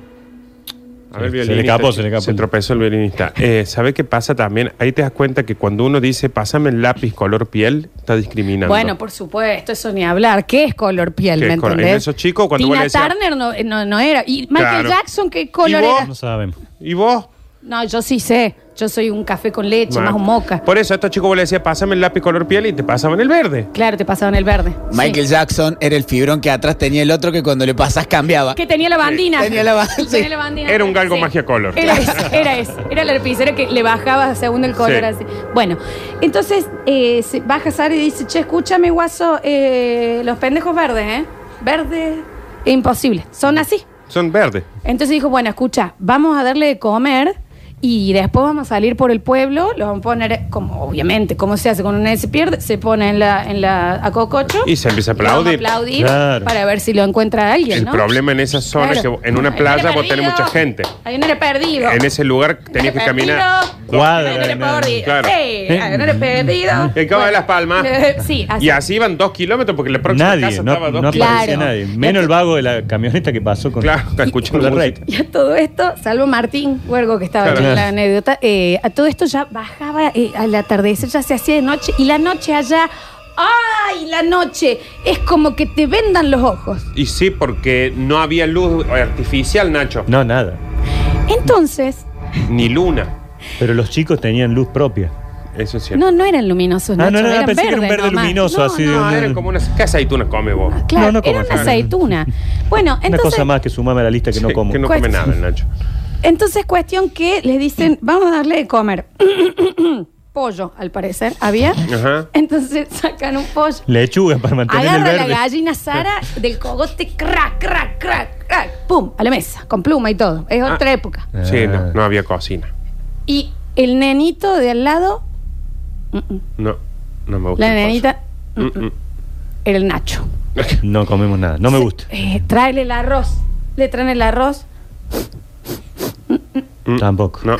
Speaker 2: A ver,
Speaker 3: Se
Speaker 2: violinista,
Speaker 3: le escapó,
Speaker 2: chico.
Speaker 3: se le escapó.
Speaker 2: Se tropezó el violinista. Eh, ¿Sabe qué pasa también? Ahí te das cuenta que cuando uno dice, pásame el lápiz color piel, está discriminando.
Speaker 1: Bueno, por supuesto, eso ni hablar. ¿Qué es color piel?
Speaker 2: ¿Qué
Speaker 1: ¿Me
Speaker 2: es color?
Speaker 1: entendés?
Speaker 2: En esos chicos, cuando vos
Speaker 1: Tina
Speaker 2: le decías-
Speaker 1: Turner no, no, no era. ¿Y Michael
Speaker 2: Claro.
Speaker 1: Jackson qué color
Speaker 2: ¿Y vos?
Speaker 1: era?
Speaker 3: No sabemos.
Speaker 2: ¿Y vos?
Speaker 1: No, yo sí sé. Yo soy un café con leche,
Speaker 2: Mal.
Speaker 1: más un moca.
Speaker 2: Por eso a estos chicos vos le decías, pásame el lápiz color piel y te pasaban el verde.
Speaker 1: Claro, te pasaban el verde.
Speaker 7: Michael
Speaker 1: Sí.
Speaker 7: Jackson era el fibrón que atrás tenía el otro que cuando le pasas cambiaba.
Speaker 1: Que tenía la bandina.
Speaker 7: Tenía la ba- sí.
Speaker 1: bandina.
Speaker 2: Era un galgo magia color.
Speaker 1: Era eso, era eso. Era la lapicera que le bajaba según el color
Speaker 2: Sí.
Speaker 1: así. Bueno, entonces eh, se baja Sara y dice, che, escúchame, guaso, eh, los pendejos verdes, ¿eh? Verdes, imposible. Son así.
Speaker 2: Son verdes.
Speaker 1: Entonces dijo, bueno, escucha, vamos a darle de comer y después vamos a salir por el pueblo, lo vamos a poner, como obviamente, como se hace con un nene se pierde, se pone en la, en la a cococho.
Speaker 2: Y se empieza a
Speaker 1: y vamos
Speaker 2: aplaudir.
Speaker 1: aplaudir
Speaker 3: Claro.
Speaker 1: para ver si lo encuentra alguien,
Speaker 2: El
Speaker 1: ¿no?
Speaker 2: problema en esa zona es
Speaker 1: Claro.
Speaker 2: que en una
Speaker 1: Hay
Speaker 2: playa
Speaker 1: nene
Speaker 2: vos tenés
Speaker 1: perdido.
Speaker 2: mucha gente.
Speaker 1: Hay un nene perdido.
Speaker 2: En ese lugar tenías
Speaker 1: Nene
Speaker 2: que caminar.
Speaker 1: perdido.
Speaker 3: Cuadra,
Speaker 1: Hay un nene
Speaker 3: nada. ¿Eh?
Speaker 1: perdido.
Speaker 2: Claro.
Speaker 1: Sí, hay un nene perdido.
Speaker 2: En Cabo de las Palmas.
Speaker 1: Eh, Sí, así.
Speaker 2: Y así iban dos kilómetros porque la próxima
Speaker 3: Nadie,
Speaker 2: casa
Speaker 3: no,
Speaker 2: estaba a dos
Speaker 3: no
Speaker 2: kilómetros.
Speaker 3: aparecía nadie. Menos el vago de la camioneta que pasó con,
Speaker 2: Claro, está escuchando
Speaker 3: con la
Speaker 2: música.
Speaker 3: red.
Speaker 1: Y a todo esto, salvo Martín Huergo, que estaba
Speaker 2: Claro.
Speaker 1: en la
Speaker 3: Claro.
Speaker 1: anécdota, eh, a todo esto ya bajaba eh, al atardecer, ya se hacía de noche, y la noche allá, ¡ay, la noche! Es como que te vendan los ojos.
Speaker 2: Y sí, porque no había luz artificial, Nacho.
Speaker 3: No, nada.
Speaker 1: Entonces,
Speaker 2: Ni luna.
Speaker 3: Pero los chicos tenían luz propia.
Speaker 2: Eso es cierto.
Speaker 1: no, no eran luminosos,
Speaker 3: Ah, no,
Speaker 1: Nacho,
Speaker 3: no, no,
Speaker 1: eran
Speaker 3: pensé que era un
Speaker 1: verdes
Speaker 3: verde
Speaker 1: nomás.
Speaker 3: luminoso, así
Speaker 1: no,
Speaker 3: de-
Speaker 2: No,
Speaker 3: no,
Speaker 2: eran
Speaker 3: no.
Speaker 2: como unas. ¿Qué aceitunas come vos?
Speaker 1: Claro,
Speaker 3: No, no como
Speaker 1: era una
Speaker 3: acá.
Speaker 1: aceituna. Bueno,
Speaker 3: Una
Speaker 1: entonces...
Speaker 3: cosa más que sumame a la lista que no
Speaker 2: Sí,
Speaker 3: como.
Speaker 2: Que no come
Speaker 1: Cuesta.
Speaker 2: nada, el Nacho.
Speaker 1: Entonces, cuestión que les dicen, vamos a darle de comer. Pollo, al parecer, había.
Speaker 2: Ajá.
Speaker 1: Entonces sacan un pollo.
Speaker 3: Lechuga para mantener
Speaker 1: Agarra
Speaker 3: el
Speaker 1: la
Speaker 3: verde.
Speaker 1: gallina Sara del cogote, crack, crack, crack, crack, pum, a la mesa, con pluma y todo. Es
Speaker 2: Ah.
Speaker 1: otra época.
Speaker 2: Sí,
Speaker 3: Ah.
Speaker 2: no, no había cocina.
Speaker 1: Y el nenito de al lado, mm,
Speaker 2: No, no me gusta.
Speaker 1: la
Speaker 2: el pollo.
Speaker 1: nenita,
Speaker 2: Mm, mm.
Speaker 1: era el Nacho. mm.
Speaker 3: No comemos nada. No me gusta.
Speaker 1: Eh, tráele el arroz, le traen el arroz.
Speaker 3: Tampoco.
Speaker 2: Mm. No.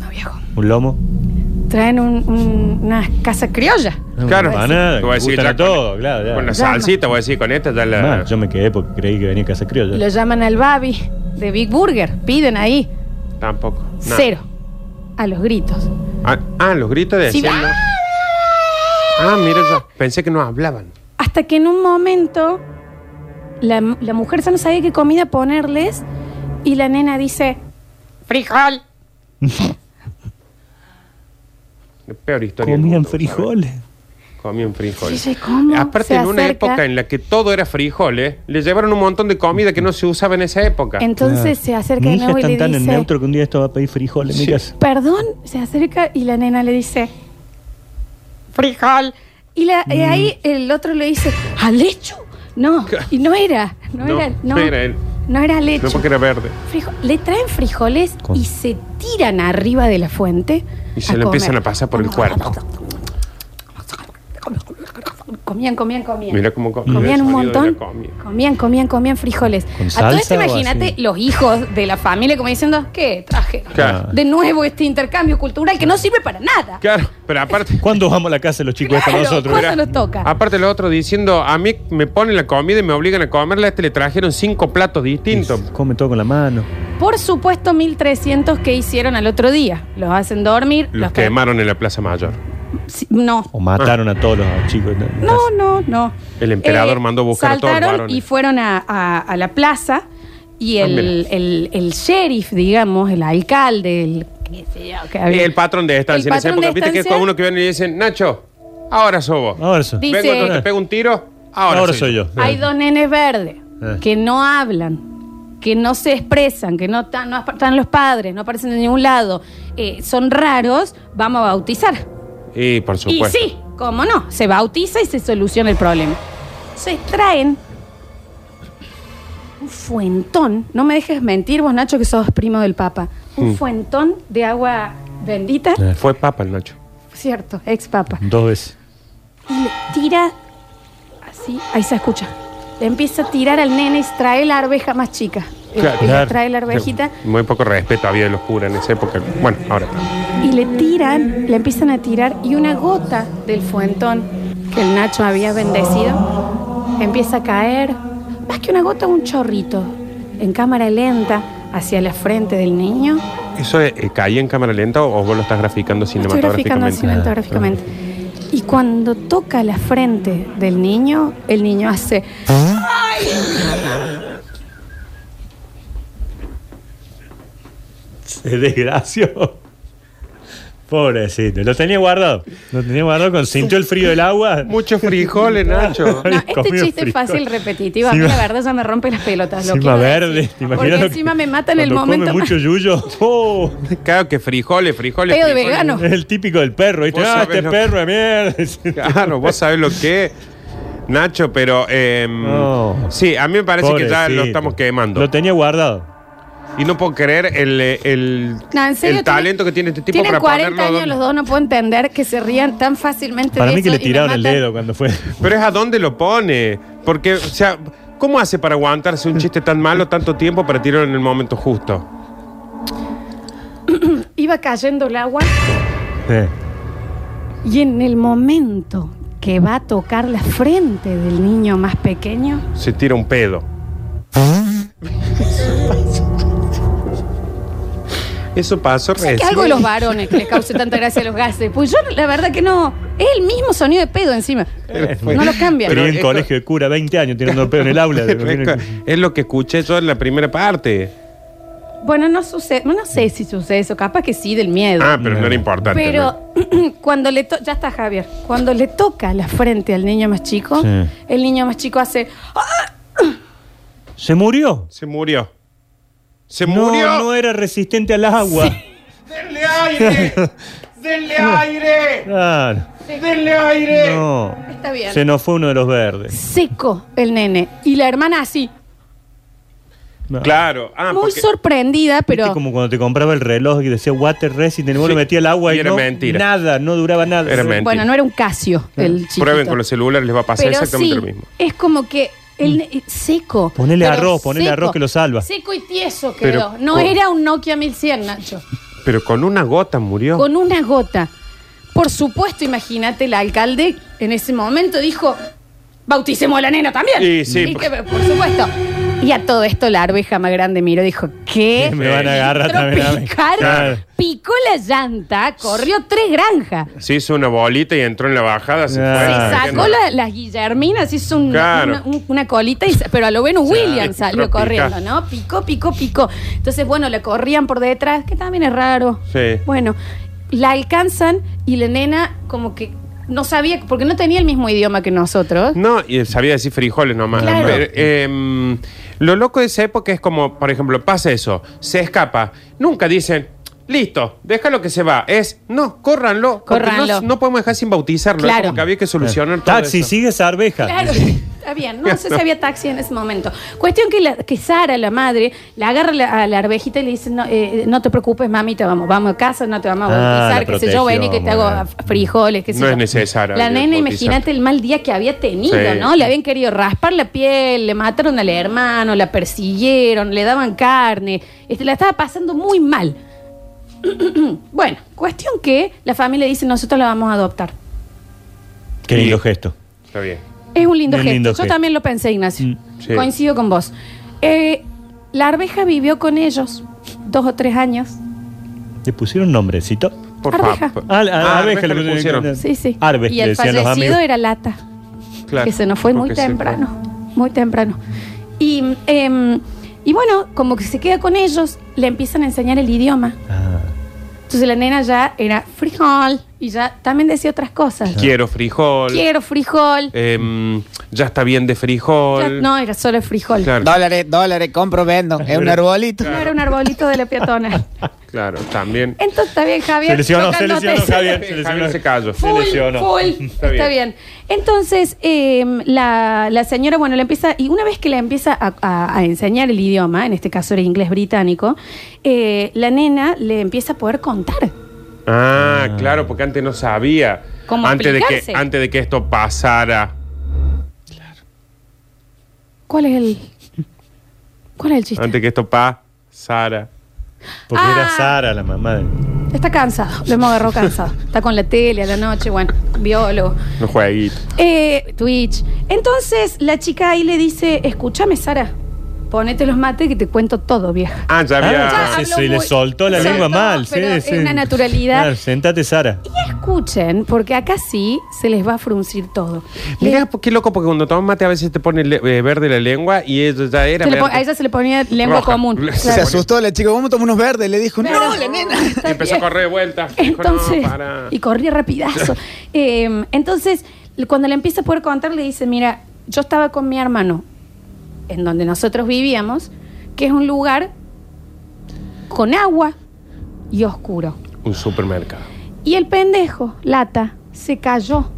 Speaker 1: No, viejo.
Speaker 3: Un lomo.
Speaker 1: Traen un- un- una casa criolla.
Speaker 2: Claro,
Speaker 3: Para nada,
Speaker 2: Te voy a
Speaker 3: que
Speaker 2: decir,
Speaker 3: gustan
Speaker 2: ya
Speaker 3: a todo,
Speaker 2: con-
Speaker 3: claro, ya.
Speaker 2: Con la
Speaker 1: Ya no.
Speaker 2: salsita, voy a decir, con esta ya la.
Speaker 3: Mal, yo me quedé porque creí que venía a casa criolla.
Speaker 1: Lo llaman al Babi de Big Burger, piden ahí,
Speaker 2: Tampoco. No.
Speaker 1: cero, a los gritos.
Speaker 2: Ah, ah, los gritos de
Speaker 1: Sí,
Speaker 2: decirlo.
Speaker 1: va.
Speaker 2: Ah, mira, yo pensé que no hablaban.
Speaker 1: Hasta que en un momento la, la mujer ya no sabía qué comida ponerles y la nena dice, frijol.
Speaker 2: La peor historia. del
Speaker 3: Comían
Speaker 2: mundo,
Speaker 3: frijoles.
Speaker 2: ¿sabes? Comían frijoles.
Speaker 1: Sí, sí, ¿cómo?
Speaker 2: Aparte,
Speaker 1: Se
Speaker 2: en una
Speaker 1: acerca.
Speaker 2: época en la que todo era frijoles, le llevaron un montón de comida que no se usaba en esa época.
Speaker 1: Entonces se acerca
Speaker 3: Mi
Speaker 1: de
Speaker 3: hija
Speaker 1: nuevo y
Speaker 3: está
Speaker 1: le
Speaker 3: tan en
Speaker 1: dice,
Speaker 3: neutro que un día esto va a pedir frijoles. Mira,
Speaker 1: perdón, se acerca y la nena le dice, frijol. Y, la- y ahí
Speaker 3: Mm.
Speaker 1: el otro le dice, ¿alecho? No, y no era, no,
Speaker 2: No,
Speaker 1: era, no,
Speaker 2: no era él.
Speaker 1: no era
Speaker 2: no
Speaker 1: alecho.
Speaker 2: porque era verde.
Speaker 1: Frijo- le traen frijoles
Speaker 3: Con-
Speaker 1: y se tiran arriba de la fuente.
Speaker 2: Y se
Speaker 1: a
Speaker 2: lo
Speaker 1: comer.
Speaker 2: empiezan a pasar por el cuerpo.
Speaker 1: Comían, comían, comían.
Speaker 2: Mira cómo co- mira el
Speaker 1: Comían un
Speaker 2: sonido de la
Speaker 1: montón.
Speaker 2: comida.
Speaker 1: Comían, comían, comían frijoles.
Speaker 3: ¿Con
Speaker 1: A todo
Speaker 3: salsa
Speaker 1: esto,
Speaker 3: o
Speaker 1: imagínate
Speaker 3: así?
Speaker 1: los hijos de la familia como diciendo, ¿qué traje?
Speaker 2: Claro.
Speaker 1: De nuevo este intercambio cultural que no sirve para nada.
Speaker 2: Claro, pero aparte.
Speaker 3: ¿Cuándo vamos a la casa de los chicos esta
Speaker 1: Claro,
Speaker 3: nosotros?
Speaker 1: ¿cuándo nos toca?
Speaker 2: Aparte lo otro diciendo, a mí me ponen la comida y me obligan a comerla, a este le trajeron cinco platos distintos.
Speaker 3: Come todo con la mano.
Speaker 1: Por supuesto, 1300 que hicieron al otro día. Los hacen dormir.
Speaker 2: Los
Speaker 1: pe-
Speaker 2: quemaron en la Plaza Mayor.
Speaker 1: Sí, No,
Speaker 3: O mataron a todos los chicos. en la
Speaker 1: No,
Speaker 3: casa.
Speaker 1: no, no. Eh,
Speaker 2: El emperador mandó buscar a todos los
Speaker 1: saltaron
Speaker 2: varones.
Speaker 1: y fueron a, a- a la plaza y
Speaker 2: Ah,
Speaker 1: el, el- el sheriff, digamos, el alcalde, el, qué sé yo, que había-
Speaker 2: el patrón de estancia
Speaker 1: El
Speaker 2: en esa
Speaker 1: patrón
Speaker 2: época.
Speaker 1: de
Speaker 2: Viste que es
Speaker 1: estancia-
Speaker 2: como uno que viene y le dicen, Nacho, ahora sos vos.
Speaker 3: Ahora eso.
Speaker 1: Di-
Speaker 2: Vengo,
Speaker 1: Dice-
Speaker 2: yo te pego un tiro,
Speaker 3: Ahora, soy yo.
Speaker 1: Hay dos nenes verdes
Speaker 2: Ah.
Speaker 3: Eh.
Speaker 1: que no hablan, que no se expresan, que no, ta- no ap- están los padres, no aparecen en ningún lado, eh, son raros, vamos a bautizar.
Speaker 2: Y por
Speaker 1: Y
Speaker 2: supuesto.
Speaker 1: sí, cómo no, se bautiza y se soluciona el problema. Se traen un fuentón, no me dejes mentir vos Nacho que sos primo del Papa, un
Speaker 2: Mm.
Speaker 1: fuentón de agua bendita,
Speaker 3: Eh.
Speaker 2: Fue papa el Nacho.
Speaker 1: cierto, ex Papa.
Speaker 3: Dos veces.
Speaker 1: Y le tira así, ahí se escucha. Le empieza a tirar al nene y trae la arveja más chica.
Speaker 2: Claro.
Speaker 1: Ella trae la arvejita
Speaker 2: Muy poco respeto había de los curas en esa época. Bueno, ahora.
Speaker 1: y le tiran, le empiezan a tirar y una gota del fuentón que el Nacho había bendecido empieza a caer, más que una gota, un chorrito, en cámara lenta hacia la frente del niño.
Speaker 2: ¿Eso eh, caía en cámara lenta o vos lo estás graficando
Speaker 1: Lo Estoy graficando
Speaker 2: cinematográficamente?
Speaker 3: ah,
Speaker 1: cinematográficamente. Y cuando toca la frente del niño, el niño hace. ¡Ay!
Speaker 3: Se desgració. Pobrecito. Lo tenía guardado. Lo tenía guardado cuando sintió el frío del agua.
Speaker 2: Muchos frijoles, Nacho.
Speaker 1: No,
Speaker 3: Ay,
Speaker 1: este
Speaker 3: comió
Speaker 1: chiste
Speaker 3: frijol.
Speaker 1: es fácil, repetitivo. A mí
Speaker 3: Sí,
Speaker 1: la
Speaker 3: va.
Speaker 1: verdad ya me rompe las pelotas. Lo
Speaker 3: Encima
Speaker 1: quiero decir,
Speaker 3: verde, ¿te imaginas
Speaker 1: Porque
Speaker 3: lo que-
Speaker 1: encima me mata en el
Speaker 3: cuando
Speaker 1: momento.
Speaker 3: come mucho yuyo. Oh,
Speaker 2: Claro que frijoles, frijoles.
Speaker 1: Peo de
Speaker 2: frijoles.
Speaker 1: vegano.
Speaker 3: es el típico del perro. ¿viste?
Speaker 2: Vos
Speaker 3: Ah,
Speaker 2: sabés
Speaker 3: este
Speaker 2: lo que-
Speaker 3: perro de mierda.
Speaker 2: Claro, vos sabés lo que es, Nacho, pero. em,
Speaker 3: No.
Speaker 2: Sí, a mí me parece que ya lo
Speaker 3: Pobrecito.
Speaker 2: estamos quemando.
Speaker 3: Lo tenía guardado.
Speaker 2: Y no puedo creer el, eh, el,
Speaker 1: No, en serio, tiene-
Speaker 2: el talento que tiene este tipo
Speaker 1: Tienen
Speaker 2: para
Speaker 1: 40
Speaker 2: ponerlo.
Speaker 1: años los dos, no puedo entender que se rían tan fácilmente
Speaker 3: Para
Speaker 1: de
Speaker 3: mí que
Speaker 1: eso
Speaker 3: le
Speaker 1: y me
Speaker 3: tiraron el
Speaker 1: matan.
Speaker 3: dedo cuando fue. Eh.
Speaker 2: Pero es a dónde lo pone. Porque, o sea, ¿cómo hace para aguantarse un chiste tan malo tanto tiempo para tirarlo en el momento justo?
Speaker 1: Iba cayendo el agua
Speaker 3: Sí.
Speaker 1: y en el momento que va a tocar la frente del niño más pequeño,
Speaker 2: Se tira un pedo. Eso pasó
Speaker 1: que
Speaker 2: recién.
Speaker 1: algo de los varones que les cause tanta gracia a los gases. Pues yo, la verdad que no. Es el mismo sonido de pedo encima. No lo cambian.
Speaker 3: Pero en
Speaker 2: esto-
Speaker 3: colegio de cura, 20 años tirando pedo en el aula.
Speaker 2: Es lo que escuché yo en la primera parte.
Speaker 1: Bueno, no sucede, no sé si sucede eso, capaz que sí, del miedo.
Speaker 2: Ah, pero no era importante. ¿no?
Speaker 1: Pero cuando le to- ya está Javier, cuando le toca la frente al niño más chico,
Speaker 3: Sí.
Speaker 1: el niño más chico hace
Speaker 3: ¿Se murió?
Speaker 2: Se murió. Se
Speaker 3: No,
Speaker 2: murió.
Speaker 3: no era resistente al agua.
Speaker 2: ¡Denle aire! ¡Denle aire!
Speaker 3: Claro.
Speaker 2: ¡Denle aire!
Speaker 3: No.
Speaker 1: Está bien.
Speaker 3: Se nos fue uno de los verdes.
Speaker 1: seco el nene y la hermana así,
Speaker 3: No.
Speaker 2: Claro. Ah,
Speaker 1: muy
Speaker 2: porque-
Speaker 1: sorprendida,
Speaker 3: ¿Viste
Speaker 1: pero
Speaker 3: como cuando te compraba el reloj y decía water resist y vos
Speaker 2: Sí.
Speaker 3: lo metía al agua
Speaker 2: Y
Speaker 3: y,
Speaker 2: era
Speaker 3: no,
Speaker 2: mentira.
Speaker 3: nada, no duraba nada.
Speaker 2: Era mentira.
Speaker 1: bueno, no era un Casio el chiquito.
Speaker 2: Prueben con los celulares, les va a pasar
Speaker 1: pero
Speaker 2: exactamente
Speaker 1: sí,
Speaker 2: lo mismo. Mm.
Speaker 1: es como que el ne- seco.
Speaker 3: Ponele
Speaker 1: pero
Speaker 3: arroz, ponele arroz que lo salva.
Speaker 1: Seco y tieso
Speaker 2: Pero oh.
Speaker 1: quedó. no
Speaker 2: con-
Speaker 1: era un Nokia 1100, Nacho.
Speaker 2: Pero con una gota murió.
Speaker 1: con una gota. Por supuesto, imagínate, el alcalde en ese momento dijo, bauticemos a la nena también.
Speaker 2: Y sí,
Speaker 1: Y
Speaker 2: por-
Speaker 1: que, por supuesto. Y a todo esto la arveja más grande miró y dijo, ¿qué?
Speaker 3: Me van a agarrar
Speaker 1: Entró
Speaker 3: también a mí.
Speaker 1: picar,
Speaker 3: Claro.
Speaker 1: Picó la llanta, corrió tres granjas.
Speaker 2: Se hizo una bolita y entró en la bajada. Se
Speaker 3: Ah,
Speaker 2: fue.
Speaker 1: Se
Speaker 3: claro.
Speaker 1: sacó la- las guillerminas, hizo un-
Speaker 2: Claro.
Speaker 1: una, un- una colita, y sa- pero a lo Venus Williams
Speaker 2: entró a
Speaker 1: salió
Speaker 2: picar.
Speaker 1: corriendo, ¿no? Picó, picó, picó. Entonces, bueno, le corrían por detrás, que también es raro.
Speaker 2: Sí.
Speaker 1: Bueno, la alcanzan y la nena como que no sabía, porque no tenía el mismo idioma que nosotros.
Speaker 2: No, y sabía decir frijoles nomás.
Speaker 1: Claro.
Speaker 2: Pero, em, lo loco de esa época es como, por ejemplo, pasa eso, se escapa. Nunca dicen, listo, déjalo que se va. Es, no, córranlo. porque
Speaker 1: Córranlo.
Speaker 2: No, no podemos dejar sin bautizarlo.
Speaker 1: Claro.
Speaker 2: Claro. Porque había que solucionar todo
Speaker 3: Taxi,
Speaker 2: eso.
Speaker 3: sigue esa arveja.
Speaker 1: Claro, está bien, no sé si había taxi en ese momento. Cuestión que, la- que Sara, la madre, la agarra la- a la arvejita y le dice, no, eh, no te preocupes, mami, te vamos, vamos a casa, no te vamos a
Speaker 3: Ah,
Speaker 1: bautizar,
Speaker 3: la
Speaker 1: qué sé yo,
Speaker 3: protegió,
Speaker 1: vení que te
Speaker 3: muy
Speaker 1: hago
Speaker 3: bien.
Speaker 1: a- frijoles, qué sé
Speaker 2: No
Speaker 1: yo.
Speaker 2: es necesario
Speaker 1: La nena,
Speaker 2: bautizar.
Speaker 1: imagínate el mal día que había tenido,
Speaker 2: Sí.
Speaker 1: ¿no? Le habían querido raspar la piel, le mataron al hermano, la persiguieron, le daban carne, este, la estaba pasando muy mal. Bueno, cuestión que la familia dice, nosotros la vamos a adoptar.
Speaker 3: Qué lindo gesto.
Speaker 2: Está bien.
Speaker 1: Es un lindo
Speaker 3: Bien
Speaker 1: gesto.
Speaker 3: lindo
Speaker 1: Yo
Speaker 3: gesto.
Speaker 1: también lo pensé, Ignacio.
Speaker 3: Mm,
Speaker 2: sí.
Speaker 1: Coincido con vos. Eh, la arveja vivió con ellos dos o tres años.
Speaker 3: ¿Le pusieron nombrecito?
Speaker 2: Por
Speaker 1: Arveja.
Speaker 2: favor.
Speaker 3: Ah, la-
Speaker 2: Ah,
Speaker 3: arveja
Speaker 2: arveja
Speaker 3: le
Speaker 2: le pusieron.
Speaker 1: Sí, sí.
Speaker 3: Arveja,
Speaker 1: y el
Speaker 3: decían los
Speaker 1: fallecido
Speaker 3: amigos.
Speaker 1: era lata,
Speaker 2: Claro,
Speaker 1: que se nos fue muy
Speaker 2: porque se
Speaker 1: temprano. Muy temprano. Y, em, y bueno, como que se queda con ellos, le empiezan a enseñar el idioma.
Speaker 3: Ah,
Speaker 1: Entonces la nena ya era frijol, Y ya también decía otras cosas.
Speaker 2: Quiero frijol.
Speaker 1: Quiero frijol.
Speaker 2: em, ya está bien de
Speaker 1: Ya-
Speaker 2: frijol.
Speaker 1: no, era solo el frijol.
Speaker 2: Claro.
Speaker 7: Dólares, dólares, compro, vendo. Es un arbolito.
Speaker 1: No era un arbolito de la peatona.
Speaker 2: Claro, también.
Speaker 1: Entonces está bien, Javier.
Speaker 3: Se lesionó,
Speaker 1: toca
Speaker 3: se
Speaker 1: nota
Speaker 3: lesionó,
Speaker 1: ese.
Speaker 3: Javier.
Speaker 2: Eh, Javier se cayó.
Speaker 1: Full,
Speaker 3: lesionó.
Speaker 1: full.
Speaker 2: Está
Speaker 1: Está,
Speaker 2: bien.
Speaker 1: bien. Entonces, eh, la, la señora, bueno, le empieza, y una vez que la empieza a, a- a enseñar el idioma, en este caso era inglés británico, eh, la nena le empieza a poder contar.
Speaker 2: Ah, claro, porque antes no sabía.
Speaker 1: ¿Cómo
Speaker 2: antes de que
Speaker 1: explicarse?
Speaker 2: antes de que esto pasara.
Speaker 1: ¿Cuál es el. ¿Cuál es el chiste?
Speaker 2: Antes de que esto pasara.
Speaker 3: Porque era
Speaker 1: Ah.
Speaker 3: Sara, la mamá. de-
Speaker 1: Está cansado, lo hemos agarrado cansado. Está con la tele a la noche, bueno, biólogo.
Speaker 2: No jueguito.
Speaker 1: Eh, Twitch. Entonces, la chica ahí le dice: Escúchame, Sara, ponete los mates que te cuento todo, vieja.
Speaker 2: Ah, ya había.
Speaker 1: ya
Speaker 3: Ah,
Speaker 1: habló
Speaker 3: sí, sí, le
Speaker 1: muy-
Speaker 3: soltó la
Speaker 1: soltó,
Speaker 3: lengua mal.
Speaker 1: pero
Speaker 3: sí,
Speaker 1: es
Speaker 3: sí.
Speaker 1: una naturalidad.
Speaker 3: Claro, sentate, Sara.
Speaker 1: Y escuchen, porque acá sí se les va a fruncir todo. Le-
Speaker 2: Mirá, po- qué loco, porque cuando tomas mate a veces te pone le- eh, verde la lengua y eso ya era.
Speaker 1: se le pon-
Speaker 2: verde.
Speaker 1: a ella se le ponía lengua
Speaker 2: Roja.
Speaker 1: común.
Speaker 2: Se
Speaker 7: Se
Speaker 1: claro.
Speaker 7: asustó la chica. Vamos a tomar unos verdes. Le dijo,
Speaker 1: Claro.
Speaker 7: no, la nena.
Speaker 1: Está
Speaker 2: Y empezó a
Speaker 1: bien.
Speaker 2: correr de vuelta. Dijo, no,
Speaker 1: Entonces,
Speaker 2: para.
Speaker 1: y corría rapidazo. Eh, entonces, cuando le empieza a poder contar, le dice, mira, yo estaba con mi hermano, en donde nosotros vivíamos, que es un lugar con agua y oscuro.
Speaker 2: Un supermercado.
Speaker 1: Y el pendejo, lata, se cayó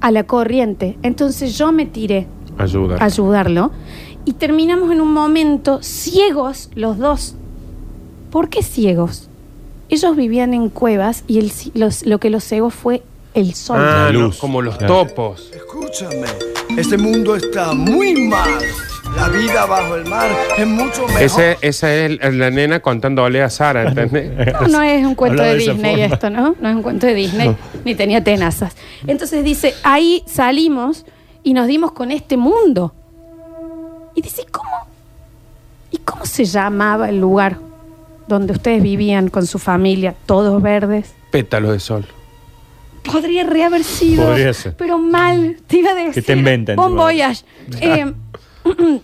Speaker 1: a la corriente. Entonces yo me tiré
Speaker 2: Ayuda.
Speaker 1: a ayudarlo y terminamos en un momento ciegos los dos. ¿Por qué ciegos? Ellos vivían en cuevas y el ci- los- lo que los cegó fue el sol.
Speaker 2: Ah,
Speaker 3: La
Speaker 2: no,
Speaker 3: luz.
Speaker 2: como los
Speaker 3: Claro.
Speaker 2: topos.
Speaker 4: Escúchame, este mundo está muy mal. La vida bajo el mar es mucho mejor.
Speaker 2: Ese, esa es el- la nena contándole a Sara, ¿entendés?
Speaker 1: No, no es un cuento
Speaker 3: Hablaba
Speaker 1: de,
Speaker 3: de esa
Speaker 1: Disney
Speaker 3: forma.
Speaker 1: esto, ¿no? No es un cuento de Disney, ni tenía tenazas. Entonces dice, ahí salimos y nos dimos con este mundo. Y dice, ¿cómo? ¿Y cómo se llamaba el lugar donde ustedes vivían con su familia, todos verdes?
Speaker 2: Pétalos de sol.
Speaker 1: Podría re haber sido.
Speaker 3: Podría ser.
Speaker 1: Pero mal. Te iba a decir.
Speaker 3: te inventan,
Speaker 1: Bon
Speaker 3: encima.
Speaker 1: voyage. Eh,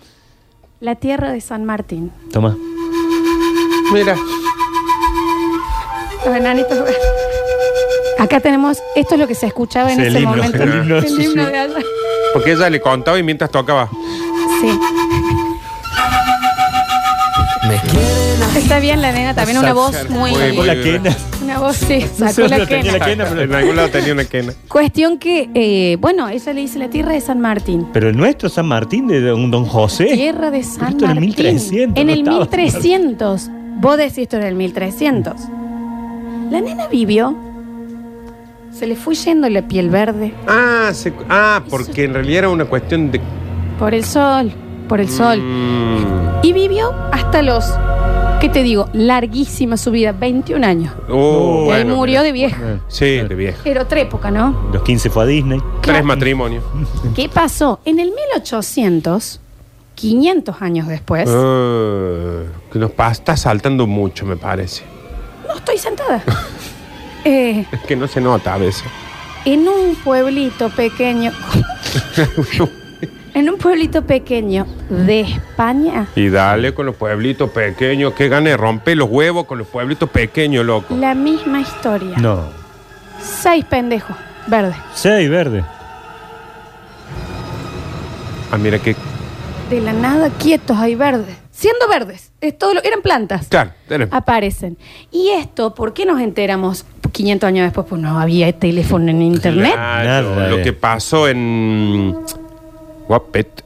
Speaker 1: la tierra de San Martín.
Speaker 3: Toma.
Speaker 2: Mira,
Speaker 1: Los enanitos. Acá tenemos. Esto es lo que se escuchaba en
Speaker 3: Es el
Speaker 1: ese
Speaker 3: himno,
Speaker 1: momento.
Speaker 3: el himno de su ciudad.
Speaker 1: de allá.
Speaker 2: porque ella le contaba y mientras tocaba.
Speaker 1: Sí. Está bien la nena, también una voz muy.
Speaker 2: Muy, muy.
Speaker 3: Con la quena.
Speaker 1: Una voz, sí.
Speaker 3: No sé
Speaker 1: Sacó
Speaker 3: dónde
Speaker 1: la
Speaker 3: tenía
Speaker 1: quena.
Speaker 3: la quena, pero-
Speaker 2: en algún lado tenía una quena.
Speaker 1: Cuestión que, eh, bueno, ella le dice la tierra de San Martín.
Speaker 3: Pero el nuestro San Martín de un Don José.
Speaker 1: Tierra de San
Speaker 3: Esto era
Speaker 1: Martín.
Speaker 3: 1300,
Speaker 1: en
Speaker 3: no
Speaker 1: el
Speaker 3: estaba.
Speaker 1: 1300. Vos decís esto era el 1300. La nena vivió. Se le fue yendo la piel verde
Speaker 2: Ah, se- ah, porque en realidad era una cuestión de.
Speaker 1: por el sol, por el sol.
Speaker 2: Mm.
Speaker 1: Y vivió hasta los, ¿qué te digo? Larguísima su vida, 21 años.
Speaker 2: Oh,
Speaker 1: y ahí
Speaker 2: bueno,
Speaker 1: murió
Speaker 2: mira.
Speaker 1: de vieja.
Speaker 3: Eh,
Speaker 2: Sí, de vieja.
Speaker 1: Era otra época, ¿no?
Speaker 3: Los 15 fue a Disney.
Speaker 2: Tres matrimonios.
Speaker 1: ¿Qué pasó? En el 1800, 500 años después,
Speaker 3: Ah.
Speaker 2: Eh, que nos pa- está saltando mucho, me parece.
Speaker 1: no estoy sentada. Eh,
Speaker 2: Es que no se nota a veces.
Speaker 1: en un pueblito pequeño, en un pueblito pequeño de España,
Speaker 2: y dale con los pueblitos pequeños. Que gane, rompe los huevos con los pueblitos pequeños, loco.
Speaker 1: la misma historia.
Speaker 3: No.
Speaker 1: Seis pendejos verdes
Speaker 3: Seis verde.
Speaker 2: Ah, mira que.
Speaker 1: de la nada quietos hay verdes, siendo verdes, es todo lo- eran plantas.
Speaker 2: Claro, dale.
Speaker 1: Aparecen. Y esto, ¿por qué nos enteramos 500 años después? Pues no había teléfono en internet.
Speaker 2: Claro,
Speaker 3: Nada eh.
Speaker 2: lo
Speaker 3: de-
Speaker 2: que pasó en. Guapet.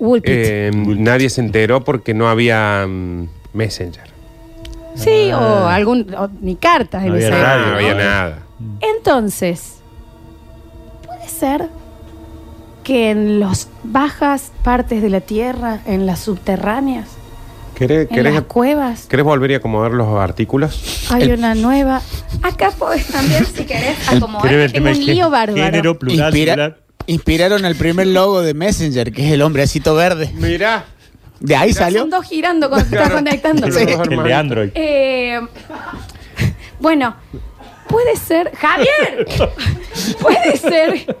Speaker 1: Woolpit.
Speaker 2: eh, nadie se enteró porque no había mm, Messenger.
Speaker 1: sí, o algún o ni cartas en
Speaker 3: No había
Speaker 1: esa
Speaker 3: radio.
Speaker 2: Ah, no
Speaker 1: época.
Speaker 2: había
Speaker 3: ¿no?
Speaker 2: nada.
Speaker 1: Entonces, puede ser que en las bajas partes de la tierra, en las subterráneas,
Speaker 2: ¿Querés,
Speaker 1: en
Speaker 2: querés-
Speaker 1: las cuevas,
Speaker 2: querés volver a acomodar los artículos?
Speaker 1: hay una nueva. Acá podés también, si querés, acomodar.
Speaker 3: Quiere ver el
Speaker 1: Tengo
Speaker 3: tema
Speaker 1: un
Speaker 3: de gé-
Speaker 1: lío bárbaro.
Speaker 3: Género, plural,
Speaker 7: Inspira-
Speaker 3: plural.
Speaker 7: Inspiraron al primer logo de Messenger, que es el hombrecito verde.
Speaker 2: Mirá.
Speaker 7: De ahí
Speaker 1: Son
Speaker 7: salió.
Speaker 1: dos girando, con, están
Speaker 2: Claro.
Speaker 1: conectando.
Speaker 2: Sí.
Speaker 3: El de Android.
Speaker 1: Eh, bueno, puede ser. ¡Javier! puede ser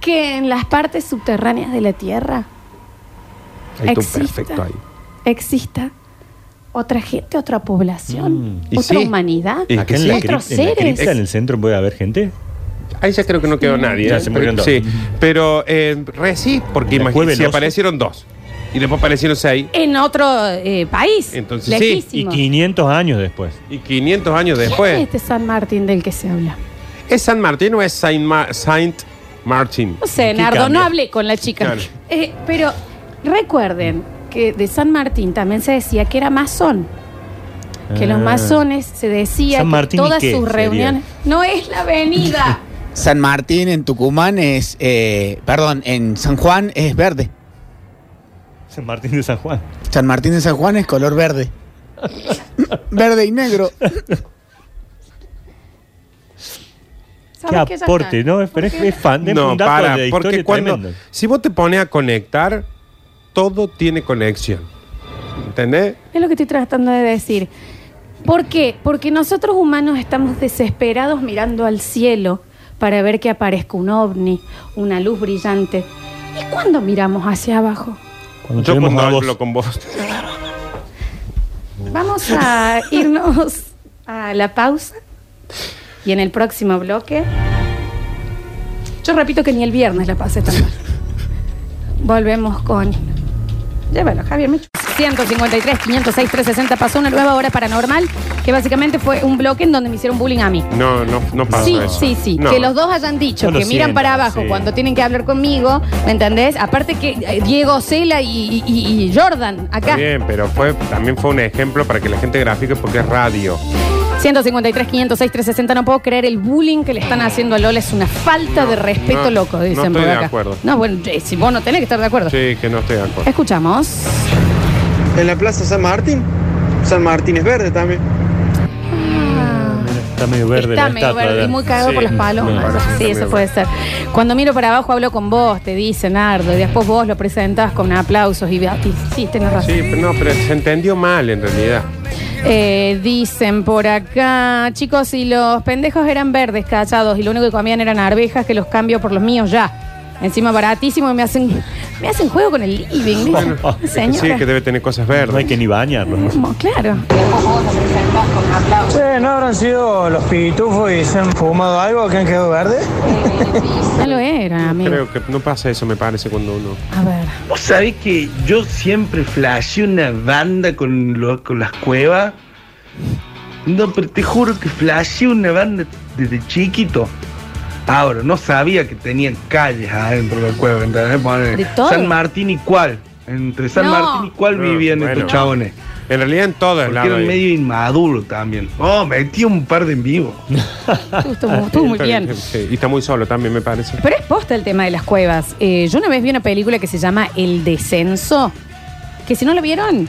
Speaker 1: que en las partes subterráneas de la Tierra
Speaker 2: Ahí está un
Speaker 1: Exista.
Speaker 2: perfecto ahí.
Speaker 1: exista otra gente, otra población,
Speaker 2: Mm. Y
Speaker 1: otra
Speaker 2: sí.
Speaker 1: humanidad.
Speaker 2: Y
Speaker 3: Acá
Speaker 2: que
Speaker 3: en la,
Speaker 2: sí.
Speaker 3: cripta,
Speaker 1: Otros
Speaker 3: en la
Speaker 1: seres.
Speaker 3: cripta, en el centro, puede haber gente.
Speaker 2: Ahí ya creo que no quedó nadie.
Speaker 3: Ya
Speaker 2: ¿eh?
Speaker 3: se murieron dos.
Speaker 2: Sí, pero eh, re sí, porque
Speaker 3: Después
Speaker 2: imagínate,
Speaker 3: del
Speaker 2: si
Speaker 3: oso.
Speaker 2: aparecieron dos y después aparecieron seis
Speaker 1: En otro eh, país.
Speaker 2: Entonces,
Speaker 3: Y
Speaker 1: lejísimo.
Speaker 3: 500 años después.
Speaker 2: y 500 años
Speaker 1: ¿Quién es
Speaker 2: después.
Speaker 1: este San Martín del que se habla?
Speaker 2: ¿Es San Martín o es Saint, Ma- Saint Martin?
Speaker 1: No sé,
Speaker 3: ¿Qué
Speaker 1: Nardo,
Speaker 3: cambia?
Speaker 1: no hablé con la chica.
Speaker 2: Claro.
Speaker 1: Eh, pero recuerden que de San Martín también se decía que era masón. Que los
Speaker 3: Ah.
Speaker 1: masones se decía
Speaker 3: San
Speaker 1: que
Speaker 3: Martín y
Speaker 1: todas
Speaker 3: qué
Speaker 1: sus
Speaker 3: sería.
Speaker 1: reuniones. No es la avenida.
Speaker 7: San Martín en Tucumán es. eh, perdón, en San Juan es verde.
Speaker 3: San Martín de San Juan.
Speaker 7: San Martín de San Juan es color verde. verde y negro.
Speaker 1: ¿Sabes
Speaker 3: Qué
Speaker 1: ya
Speaker 3: aporte,
Speaker 1: está?
Speaker 3: ¿no? Pero es, es fan de
Speaker 2: No,
Speaker 3: un dato
Speaker 2: para,
Speaker 3: de la
Speaker 2: porque
Speaker 3: historia
Speaker 2: cuando.
Speaker 3: tremendo.
Speaker 2: Si vos te pones a conectar, todo tiene conexión. ¿Entendés?
Speaker 1: Es lo que estoy tratando de decir. ¿Por qué? Porque nosotros humanos estamos desesperados mirando al cielo para ver que aparezca un ovni, una luz brillante. ¿Y cuándo miramos hacia abajo?
Speaker 3: Cuando
Speaker 2: Yo
Speaker 3: tenemos
Speaker 2: cuando
Speaker 3: una
Speaker 2: hablo
Speaker 3: voz.
Speaker 2: con vos.
Speaker 1: Vamos a irnos a la pausa y en el próximo bloque. Yo repito que ni el viernes la pasé tan mal. Volvemos con. Llévalo, Javier Micho. 153, 506, 360. Pasó una nueva hora paranormal que básicamente fue un bloque en donde me hicieron bullying a mí.
Speaker 2: No, no, no
Speaker 3: Ah,
Speaker 2: pasa
Speaker 1: Sí,
Speaker 2: eso.
Speaker 1: sí, sí.
Speaker 2: No.
Speaker 1: Que los dos hayan dicho
Speaker 3: No lo
Speaker 1: que miran
Speaker 3: siento,
Speaker 1: para abajo
Speaker 3: sí.
Speaker 1: cuando tienen que hablar conmigo, ¿me entendés? Aparte que eh, Diego, Cela y, y- y Jordan acá.
Speaker 2: Está bien, pero fue, también fue un ejemplo para que la gente grafique porque es radio.
Speaker 1: 153, 506, 360. No puedo creer el bullying que le están haciendo a Lola. Es una falta de respeto,
Speaker 2: no,
Speaker 1: loco,
Speaker 2: no
Speaker 1: dicen
Speaker 2: estoy
Speaker 1: por
Speaker 2: de
Speaker 1: acá.
Speaker 2: acuerdo.
Speaker 1: No, bueno, eh, si vos no tenés que estar de acuerdo.
Speaker 2: Sí, que no estoy de acuerdo.
Speaker 1: Escuchamos.
Speaker 8: En la Plaza San Martín. San Martín es verde también.
Speaker 3: Está medio verde
Speaker 1: Está
Speaker 3: la
Speaker 1: medio
Speaker 3: estatua,
Speaker 1: verde y
Speaker 3: ¿verdad?
Speaker 1: muy cagado
Speaker 2: Sí.
Speaker 1: por las palomas.
Speaker 2: Bueno,
Speaker 1: sí,
Speaker 2: sí,
Speaker 1: eso
Speaker 2: medio
Speaker 1: puede ser. Cuando miro para abajo hablo con vos, te dice Nardo, y después vos lo presentás con aplausos y, y sí, tenés razón.
Speaker 2: Sí, pero no, pero se entendió mal en realidad.
Speaker 1: Eh, dicen por acá, chicos, si los pendejos eran verdes, cachados, y lo único que comían eran arvejas, que los cambio por los míos ya. Encima baratísimo y me hacen, me hacen juego con el living.
Speaker 3: Bueno,
Speaker 1: ¿no?
Speaker 2: Sí,
Speaker 1: Señora.
Speaker 2: que debe tener cosas
Speaker 3: No hay
Speaker 2: verdes.
Speaker 3: que ni bañarlo.
Speaker 1: Como, claro.
Speaker 8: ¿No habrán sido los pitufos y se han fumado algo que han quedado verde?
Speaker 1: Eh, No lo era, amigo.
Speaker 2: Creo que no pasa eso, me parece, cuando uno.
Speaker 1: A ver.
Speaker 9: ¿Vos sabés que yo siempre flasheé una banda con, lo- con las cuevas? No, pero te juro que flasheé una banda desde chiquito. Ahora, no sabía que tenían calles adentro de la cueva, ¿entendés? Ponele,
Speaker 1: De todo.
Speaker 9: San Martín y cuál. Entre San
Speaker 1: No.
Speaker 9: Martín y cuál
Speaker 2: No,
Speaker 9: vivían
Speaker 2: bueno.
Speaker 9: estos chabones.
Speaker 2: En realidad, en todos
Speaker 9: Porque
Speaker 2: lados.
Speaker 9: eran
Speaker 2: hay-
Speaker 9: medio inmaduro también. Oh, metí un par de en vivo.
Speaker 1: Estuvo- Estuvo estuvo muy bien.
Speaker 2: Sí, y está muy solo también, me parece.
Speaker 1: Pero es posta el tema de las cuevas. Eh, yo una vez vi una película que se llama El Descenso, que si no la vieron,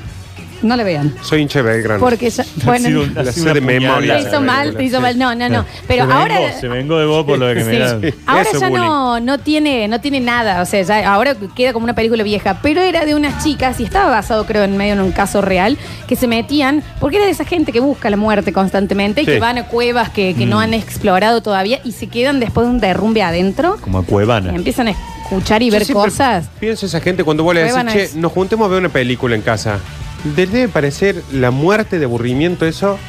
Speaker 1: no la vean.
Speaker 2: Soy hinche Belgrano.
Speaker 1: Porque ya-
Speaker 3: Ha
Speaker 1: bueno,
Speaker 3: sido un- ha
Speaker 2: La
Speaker 3: sido
Speaker 2: sé
Speaker 3: una
Speaker 2: de memoria.
Speaker 1: te
Speaker 3: puñalada.
Speaker 2: la
Speaker 1: hizo mal, te hizo mal. No, no, no. Pero
Speaker 3: se
Speaker 1: ahora.
Speaker 3: Vengó, se vengó de vos por lo de que
Speaker 1: Sí.
Speaker 3: me dan.
Speaker 1: Ahora
Speaker 2: Eso
Speaker 1: ya
Speaker 2: es
Speaker 1: no, no tiene no tiene nada, o sea, ya ahora queda como una película vieja, pero era de unas chicas y estaba basado creo en medio en un caso real que se metían porque era de esa gente que busca la muerte constantemente y
Speaker 2: Sí.
Speaker 1: que van a cuevas que, que no
Speaker 3: Mm.
Speaker 1: han explorado todavía y se quedan después de un derrumbe adentro
Speaker 3: Como a
Speaker 1: y
Speaker 3: Cuevana.
Speaker 1: empiezan a escuchar y
Speaker 2: Yo
Speaker 1: ver
Speaker 2: siempre
Speaker 1: cosas.
Speaker 2: Pienso esa gente cuando vos le decís,
Speaker 1: Cuevana
Speaker 2: che,
Speaker 1: es-
Speaker 2: nos juntemos a ver una película en casa. Le Debe parecer la muerte de aburrimiento eso.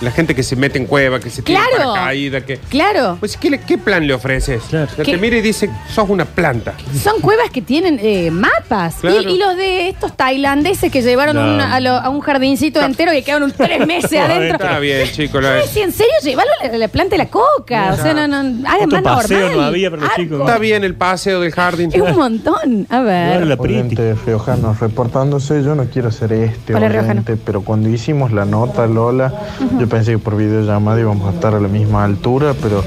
Speaker 2: La gente que se mete en cueva, que se tira
Speaker 1: Claro.
Speaker 2: para caída, que.
Speaker 1: Claro.
Speaker 2: Pues, ¿qué, le- qué plan le ofreces?
Speaker 3: Claro.
Speaker 2: O sea,
Speaker 1: ¿Qué?
Speaker 2: Te mira y dice, sos una planta.
Speaker 1: Son cuevas que tienen eh, mapas.
Speaker 2: Claro.
Speaker 1: Y, y los de estos tailandeses que llevaron
Speaker 3: No.
Speaker 1: un- a, lo- a un jardincito entero y quedaron un tres meses adentro.
Speaker 2: Está bien, chico.
Speaker 1: Yo
Speaker 2: la-
Speaker 1: decía, en serio, llévalo a la, a la planta de la coca. O sea, no, no, hagan
Speaker 3: Otro
Speaker 1: más
Speaker 3: paseo
Speaker 1: normal.
Speaker 3: no había para los chicos.
Speaker 1: Algo.
Speaker 2: Está bien el paseo del jardín.
Speaker 1: Es un montón. A
Speaker 3: Ahora
Speaker 1: ver.
Speaker 10: Este
Speaker 3: la Priti.
Speaker 10: Oyente Riojano reportándose, yo no quiero ser este
Speaker 1: Hola,
Speaker 10: oyente, pero cuando hicimos la nota, Lola, yo pensé que por videollamada íbamos a estar a la misma altura, pero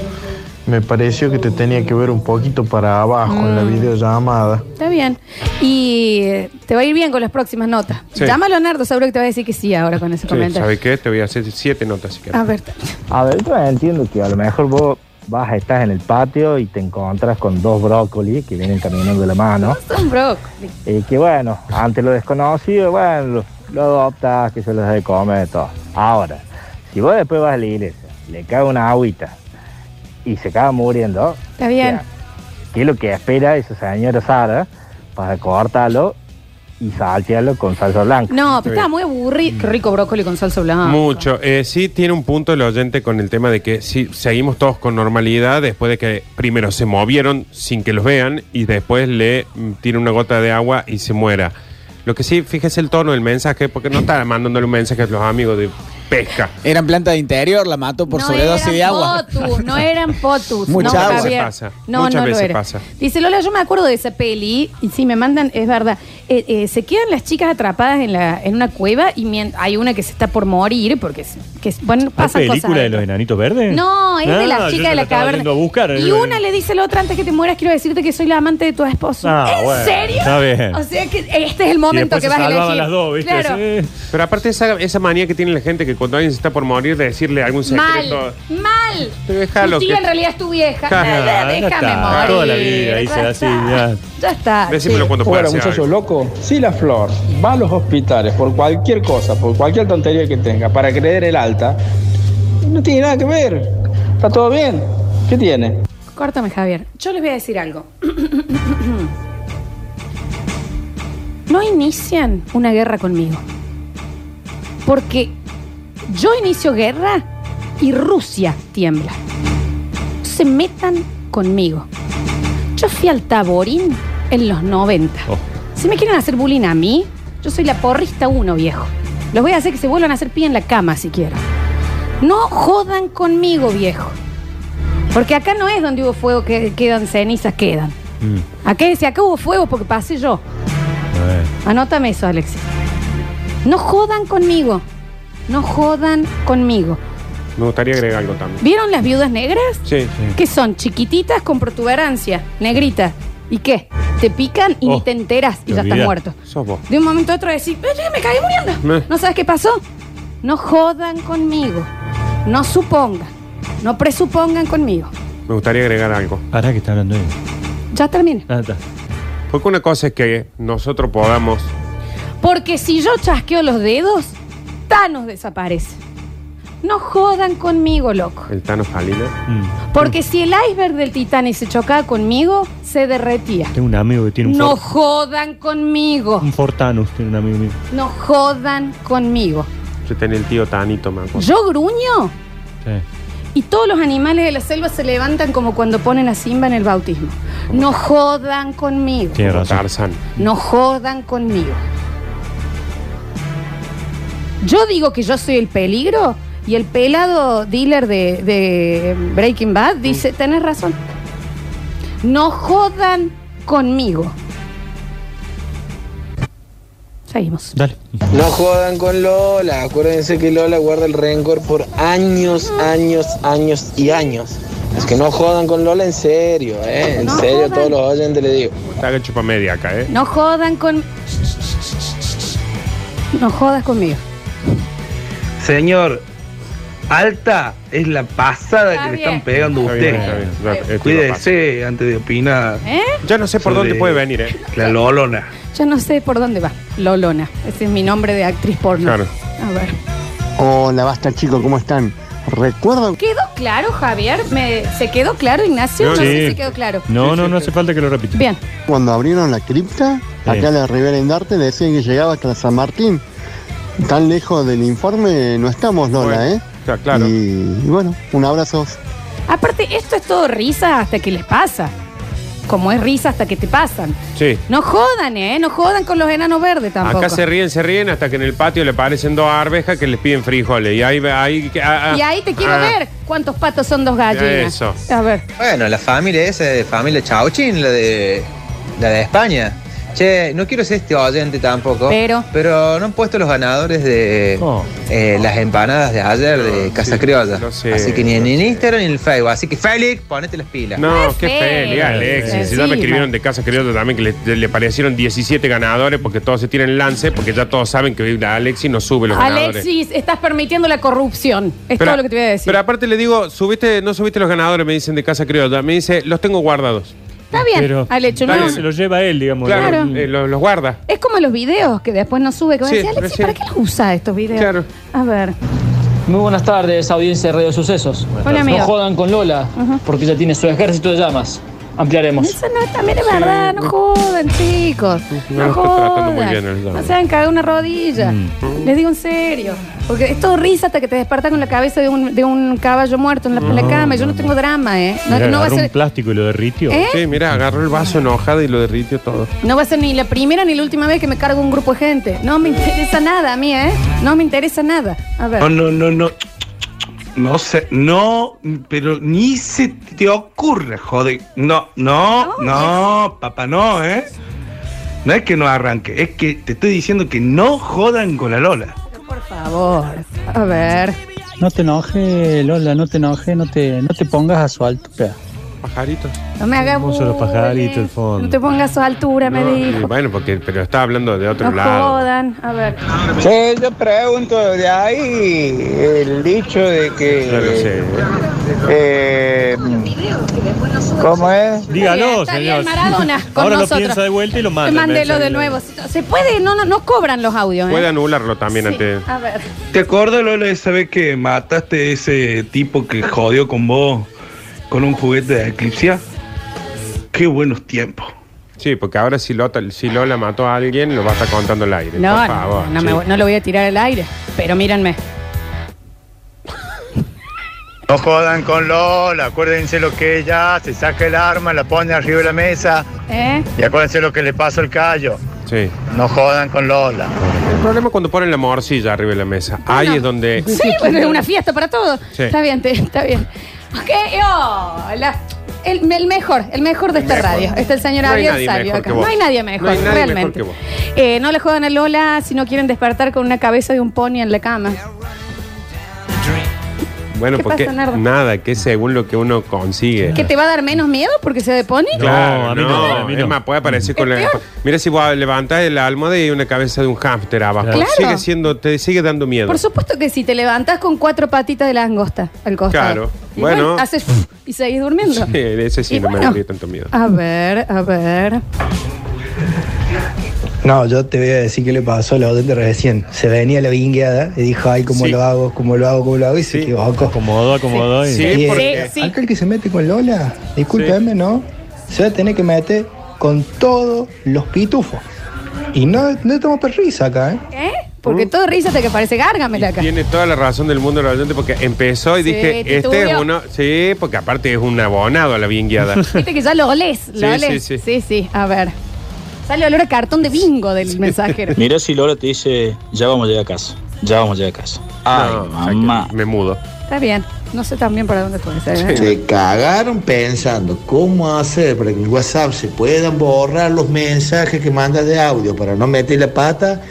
Speaker 10: me pareció que te tenía que ver un poquito para abajo en la videollamada.
Speaker 1: Está bien. Y eh, te va a ir bien con las próximas notas.
Speaker 2: Sí.
Speaker 1: Llámalo a Nardo, seguro que te va a decir que sí ahora con ese
Speaker 2: Sí,
Speaker 1: comentario.
Speaker 2: ¿Sabes qué? Te voy a hacer siete notas si querés.
Speaker 1: A ver.
Speaker 11: A ver, yo entiendo que a lo mejor vos vas, estás en el patio y te encontras con dos brócolis que vienen caminando de la mano.
Speaker 1: Son broc.
Speaker 11: Y que bueno, ante lo desconocido, bueno, lo, lo adoptas, que se los de comer, todo. Ahora, si vos después vas a la iglesia, le cae una agüita y se acaba muriendo,
Speaker 1: Está bien.
Speaker 11: ¿qué es lo que espera esa señora Sara para cortarlo y saltearlo con salsa blanca.
Speaker 1: No, pero estaba muy aburrido. Qué rico brócoli con salsa blanca.
Speaker 2: Mucho. Eh, sí, tiene un punto el oyente con el tema de que si seguimos todos con normalidad después de que primero se movieron sin que los vean y después le mm, tira una gota de agua y se muera. Lo que sí, fíjese el tono del mensaje, porque no está mandándole un mensaje a los amigos de pesca.
Speaker 7: Eran planta de interior, la mató por
Speaker 1: no
Speaker 7: sobredosis
Speaker 1: eran
Speaker 7: de agua.
Speaker 1: Potus, no eran potus.
Speaker 7: Mucha
Speaker 1: no,
Speaker 7: agua.
Speaker 1: Javier.
Speaker 2: Pasa,
Speaker 1: No,
Speaker 2: muchas
Speaker 1: no lo
Speaker 2: veces
Speaker 1: era.
Speaker 2: pasa.
Speaker 1: Dice Lola, yo me acuerdo de esa peli y sí, me mandan, es verdad. Eh, eh, se quedan las chicas atrapadas en, la, en una cueva y mien- hay una que se está por morir porque es- que es- bueno,
Speaker 3: ¿Hay
Speaker 1: pasan cosas.
Speaker 3: película de los enanitos verdes?
Speaker 1: No, es de
Speaker 3: Ah,
Speaker 1: la
Speaker 3: yo
Speaker 1: chica de
Speaker 3: la
Speaker 1: la
Speaker 3: estaba yendo
Speaker 1: caverna.
Speaker 3: a buscar. eh.
Speaker 1: y una le dice a la otra antes que te mueras, quiero decirte que soy la amante de tu esposo.
Speaker 3: Ah,
Speaker 1: ¿En
Speaker 3: bueno,
Speaker 1: serio?
Speaker 3: está bien.
Speaker 1: O sea que este es el
Speaker 3: Y
Speaker 1: momento
Speaker 3: después
Speaker 1: que
Speaker 3: se
Speaker 1: vas a
Speaker 3: salvaban
Speaker 1: elegir.
Speaker 3: las dos, ¿viste?
Speaker 1: Claro.
Speaker 3: Sí.
Speaker 2: Pero aparte esa, esa manía que tiene la gente que cuando alguien se está por morir de decirle algún
Speaker 1: Mal,
Speaker 2: secreto.
Speaker 1: mal.
Speaker 2: Pero déjalo
Speaker 1: tu tía
Speaker 2: que-
Speaker 1: en realidad es tu vieja.
Speaker 2: Claro,
Speaker 1: Nada,
Speaker 3: ya
Speaker 1: déjame
Speaker 3: está.
Speaker 1: morir.
Speaker 3: Toda la vida dice
Speaker 1: ya
Speaker 3: así,
Speaker 1: está.
Speaker 3: ya.
Speaker 1: Ya está.
Speaker 2: Decímelo
Speaker 1: sí.
Speaker 2: cuando pueda.
Speaker 12: Bueno,
Speaker 2: hacer
Speaker 12: muchacho
Speaker 2: algo.
Speaker 12: loco, si la flor va a los hospitales por cualquier cosa, por cualquier tontería que tenga, para creer el alta, no tiene nada que ver. Está todo bien. ¿Qué tiene?
Speaker 1: Córtame, Javier. Yo les voy a decir algo. No inician una guerra conmigo. Porque yo inicio guerra y Rusia tiembla. Se metan conmigo. Yo fui al Taborín en los 90. Si me quieren hacer bullying a mí, yo soy la porrista uno, viejo. Los voy a hacer que se vuelvan a hacer pie en la cama si quieren. No jodan conmigo, viejo. Porque acá no es donde hubo fuego que quedan cenizas, quedan.
Speaker 3: Mm.
Speaker 1: Acá dice, acá hubo fuego porque pasé yo.
Speaker 3: Bueno.
Speaker 1: Anótame eso, Alexis. No jodan conmigo. No jodan conmigo.
Speaker 2: Me gustaría agregar algo también.
Speaker 1: ¿Vieron las viudas negras?
Speaker 2: Sí, sí.
Speaker 1: Que son chiquititas con protuberancia, negritas. ¿Y qué? Te pican y
Speaker 2: Oh,
Speaker 1: ni te enteras y
Speaker 2: te
Speaker 1: ya estás
Speaker 2: olvidás.
Speaker 1: muerto.
Speaker 2: Sos vos.
Speaker 1: De un momento a otro decís, "Pero yo me caí muriendo.
Speaker 2: Eh.
Speaker 1: ¿No sabes qué pasó? No jodan conmigo. No supongan. No presupongan conmigo.
Speaker 2: Me gustaría agregar algo.
Speaker 3: Ahora que está hablando él.
Speaker 1: Ya terminé.
Speaker 3: Ah, está.
Speaker 2: Porque una cosa es que nosotros podamos.
Speaker 1: Porque si yo chasqueo los dedos, Thanos desaparece. No jodan conmigo, loco.
Speaker 2: El Thanos Palina.
Speaker 1: Porque si el iceberg del Titanic se chocaba conmigo, se derretía.
Speaker 3: Tengo un amigo que tiene un,
Speaker 1: No
Speaker 3: Fort-
Speaker 1: jodan conmigo.
Speaker 3: un Fortanus. Tiene un amigo mío.
Speaker 1: No jodan conmigo.
Speaker 2: Yo tenía el tío Tanito, me acuerdo.
Speaker 1: Yo gruño
Speaker 3: Sí.
Speaker 1: y todos los animales de la selva se levantan como cuando ponen a Simba en el bautismo. No jodan conmigo.
Speaker 3: Tiene
Speaker 2: Como
Speaker 3: razón.
Speaker 2: Tarzán.
Speaker 1: No jodan conmigo. Yo digo que yo soy el peligro y el pelado dealer de, de Breaking Bad dice, tenés razón. No jodan conmigo. Seguimos.
Speaker 3: Dale.
Speaker 8: No jodan con Lola. Acuérdense que Lola guarda el rencor por años, años, años y años. Es que no jodan con Lola en serio, ¿eh? En
Speaker 1: No
Speaker 8: serio,
Speaker 1: jodan.
Speaker 8: todos los oyentes le digo.
Speaker 2: Está que chupa media acá, ¿eh?
Speaker 1: No jodan con... No jodas conmigo.
Speaker 9: Señor, alta es la pasada
Speaker 1: Está
Speaker 9: que le
Speaker 1: bien.
Speaker 9: están pegando a
Speaker 2: Está bien, está
Speaker 9: usted.
Speaker 2: bien. Ya, esto lo pasa.
Speaker 9: Cuídese antes de opinar.
Speaker 1: ¿Eh?
Speaker 2: Ya no sé por
Speaker 9: Sobre
Speaker 2: dónde puede venir, ¿eh?
Speaker 9: La lolona.
Speaker 1: Yo no sé por dónde va. Lolona. Ese es mi nombre de actriz porno.
Speaker 2: Claro.
Speaker 1: A ver.
Speaker 13: Hola, basta chicos, ¿cómo están? Recuerdan
Speaker 1: ¿Quedó claro, Javier? ¿Me... ¿Se quedó claro, Ignacio? No,
Speaker 3: Sí.
Speaker 1: sé si quedó claro.
Speaker 3: No, no, no hace falta que lo repita.
Speaker 1: Bien.
Speaker 13: cuando abrieron la cripta,
Speaker 3: Sí.
Speaker 13: acá en la Rivera Indarte decían que llegaba hasta San Martín. Tan lejos del informe no estamos, Lola,
Speaker 2: Bueno,
Speaker 13: ¿eh?
Speaker 2: ya, claro.
Speaker 13: Y, y bueno, un abrazo.
Speaker 1: Aparte, esto es todo risa hasta que les pasa. Como es risa hasta que te pasan.
Speaker 2: Sí.
Speaker 1: No jodan, ¿eh? No jodan con los enanos verdes tampoco.
Speaker 2: Acá se ríen, se ríen hasta que en el patio le aparecen dos arvejas que les piden frijoles. Y ahí. ahí ah, ah,
Speaker 1: Y ahí te quiero
Speaker 2: ah.
Speaker 1: ver cuántos patos son dos gallinas.
Speaker 2: Eso.
Speaker 1: A ver.
Speaker 14: Bueno, la familia esa, de familia Chauchin, la de, la de España. Che, no quiero ser este oyente tampoco.
Speaker 1: Pero.
Speaker 14: Pero no han puesto los ganadores de
Speaker 3: Oh.
Speaker 14: eh, las empanadas de ayer de Casa Criolla. así que ni en Instagram ni en el Facebook. Así que Félix, ponete las pilas.
Speaker 2: No,
Speaker 1: Qué
Speaker 2: qué
Speaker 1: feo.
Speaker 2: feliz, Alexis. Si ya
Speaker 1: Encima.
Speaker 2: me escribieron de casa querido también que le, le parecieron 17 ganadores porque todos se tiran lance, porque ya todos saben que Alexis no sube los ganadores.
Speaker 1: Alexis, estás permitiendo la corrupción. Es todo lo que te voy a decir.
Speaker 2: Pero aparte le digo, subiste, no subiste los ganadores, me dicen de casa criolla. Me dice, los tengo guardados.
Speaker 1: Está bien,
Speaker 3: Pero-
Speaker 1: Alecho,
Speaker 2: Está
Speaker 1: ¿no?
Speaker 2: bien.
Speaker 3: Se lo lleva él, digamos.
Speaker 2: Claro,
Speaker 1: Claro.
Speaker 2: eh, los, los guarda.
Speaker 1: Es como los videos que después no sube. Que vos
Speaker 2: Sí,
Speaker 1: decís, Alexis,
Speaker 2: recién.
Speaker 1: ¿para qué los usás estos videos?
Speaker 2: Claro.
Speaker 1: A ver.
Speaker 15: Muy buenas tardes, audiencia de Radio Sucesos.
Speaker 1: Hola, amigo.
Speaker 15: No jodan con Lola, porque ella tiene su ejército de llamas.
Speaker 12: ampliaremos.
Speaker 1: Eso no, también es verdad, no jodan, chicos.
Speaker 2: No
Speaker 1: No,
Speaker 2: lo está
Speaker 1: jodan.
Speaker 2: tratando muy bien el Dani.
Speaker 1: No se hagan cagar una rodilla. Les digo en serio. Porque es todo risa hasta que te despertas con la cabeza de un, de un caballo muerto en la, en la cama. Yo no tengo drama, ¿eh? No,
Speaker 3: Mira,
Speaker 1: no va a
Speaker 3: agarró un
Speaker 1: ser,
Speaker 3: plástico y lo derritió.
Speaker 1: ¿Eh?
Speaker 2: Sí, mira, agarró el vaso enojado y lo derritió todo.
Speaker 1: no va a ser ni la primera ni la última vez que me cargo un grupo de gente. No me interesa nada a mí, ¿eh? No me interesa nada. A ver.
Speaker 9: No, no, no, no. No sé, no, pero ni se te ocurre, joder. No, no, no, papá, no, ¿eh? No es que no arranque, es que te estoy diciendo que no jodan con la Lola.
Speaker 1: Por favor. A ver.
Speaker 15: No te enojes, Lola, no te enojes, no te, no te pongas a su altura.
Speaker 2: Pajaritos.
Speaker 1: No me hagas
Speaker 2: Hermoso los
Speaker 1: bullying.
Speaker 2: pajaritos, el fondo.
Speaker 1: No te pongas a su altura, me
Speaker 2: Y
Speaker 1: dijo.
Speaker 2: bueno, porque, pero está hablando de otro
Speaker 1: No
Speaker 2: lado.
Speaker 1: jodan. A ver.
Speaker 8: Che, yo pregunto de ahí el dicho de que.
Speaker 2: Yo no sé.
Speaker 8: eh, ¿Cómo es?
Speaker 3: Dígalo,
Speaker 1: Está bien,
Speaker 3: señor.
Speaker 1: Maradona, con
Speaker 3: Ahora
Speaker 1: nosotros.
Speaker 3: lo piensa de vuelta y lo manda.
Speaker 1: Mándelo de nuevo. Se puede, no, no, no cobran los audios. ¿eh?
Speaker 2: Puede anularlo también
Speaker 1: Sí,
Speaker 2: ante.
Speaker 1: A ver.
Speaker 9: ¿Te acuerdas, Lola, esa vez que mataste a ese tipo que jodió con vos con un juguete de eclipsia? Qué buenos tiempos.
Speaker 2: Sí, porque ahora si Lola, si Lola mató a alguien, lo va a estar contando el aire.
Speaker 1: No,
Speaker 2: por
Speaker 1: no,
Speaker 2: favor.
Speaker 1: no, no me voy- no lo voy a tirar al aire, pero mírenme.
Speaker 16: No jodan con Lola, acuérdense lo que ella hace, saca el arma, la pone arriba de la mesa
Speaker 1: ¿Eh?
Speaker 16: y acuérdense lo que le pasó al callo.
Speaker 2: Sí.
Speaker 16: No jodan con Lola.
Speaker 2: El problema es cuando ponen la morcilla arriba de la mesa. Ahí es donde.
Speaker 1: Sí, bueno, es una fiesta para todos.
Speaker 2: Sí.
Speaker 1: Está bien, te- está bien. Ok, hola. El, el mejor, el mejor de esta radio. Está el señor
Speaker 2: No hay
Speaker 1: Ariel
Speaker 2: nadie
Speaker 1: Sabio
Speaker 2: mejor
Speaker 1: acá.
Speaker 2: que vos.
Speaker 1: No hay nadie mejor,
Speaker 2: No hay nadie mejor
Speaker 1: realmente.
Speaker 2: que vos.
Speaker 1: Eh, no le jodan a Lola si no quieren despertar con una cabeza de un pony en la cama.
Speaker 2: Bueno,
Speaker 1: ¿Qué
Speaker 2: porque
Speaker 1: pasa, Nardo?
Speaker 2: nada, que es según lo que uno consigue.
Speaker 1: ¿Que te va a dar menos miedo porque sea de pony?
Speaker 2: Claro,
Speaker 3: a mí
Speaker 2: no,
Speaker 3: no, a mí no.
Speaker 2: Es más, puede aparecer con la. Mira si vos levantás el almohada y hay una cabeza de un hámster abajo.
Speaker 1: Claro.
Speaker 2: Sigue siendo, te sigue dando miedo.
Speaker 1: Por supuesto que si te levantás con cuatro patitas de langosta al costado.
Speaker 2: Claro.
Speaker 1: Y
Speaker 2: Bueno.
Speaker 1: haces pf, y seguís durmiendo.
Speaker 2: Sí, ese sí
Speaker 1: Y
Speaker 2: no me
Speaker 1: bueno.
Speaker 2: daría tanto miedo.
Speaker 1: A ver, a ver.
Speaker 17: No, yo te voy a decir qué le pasó a la oyente recién. Se venía la vingueada y dijo, ay, cómo lo hago, cómo lo hago, cómo lo hago, y se equivocó.
Speaker 3: Acomodó, acomodó y- Sí,
Speaker 17: Y,
Speaker 3: porque-
Speaker 17: eh, Aquel que se mete con Lola, discúlpeme, ¿no? Se va a tener que meter con todos los pitufos. Y no, no estamos por risa acá, ¿eh?
Speaker 1: ¿Eh?
Speaker 2: Uh.
Speaker 1: Porque todo risa hasta que parece gárgamela acá.
Speaker 2: Tiene toda la razón del mundo el oyente porque empezó y
Speaker 1: Sí,
Speaker 2: dije, este
Speaker 1: titubeó.
Speaker 2: es uno. Sí, porque aparte es un abonado a la bien guiada.
Speaker 1: Viste que ya lo olés, lo
Speaker 2: Sí,
Speaker 1: olés. Sí
Speaker 2: sí,
Speaker 1: sí. a ver. Sale olor a cartón de bingo del mensajero.
Speaker 15: Mira si Lola te dice, ya vamos a llegar a casa, ya vamos a llegar a casa. Ay, mamá.
Speaker 2: Me mudo.
Speaker 1: Está bien. No sé también para dónde puede ser. ¿eh?
Speaker 18: Se cagaron pensando cómo hacer para que en WhatsApp se puedan borrar los mensajes que mandas de audio para no meter la pata.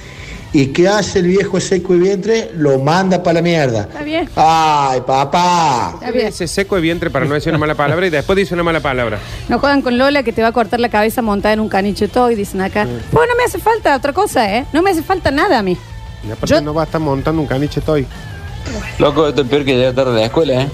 Speaker 18: ¿Y qué hace el viejo seco y vientre? Lo manda para la mierda.
Speaker 1: Está bien.
Speaker 18: ¡Ay, papá!
Speaker 1: Está bien.
Speaker 2: Se seco de vientre para no decir una mala palabra y después dice una mala palabra.
Speaker 1: No juegan con Lola que te va a cortar la cabeza montada en un caniche todo y dicen acá, pues no me hace falta otra cosa, ¿eh? No me hace falta nada a mí.
Speaker 2: Y aparte no va a estar montando un caniche toy.
Speaker 19: Loco, esto es peor que llegar tarde de la escuela, ¿eh?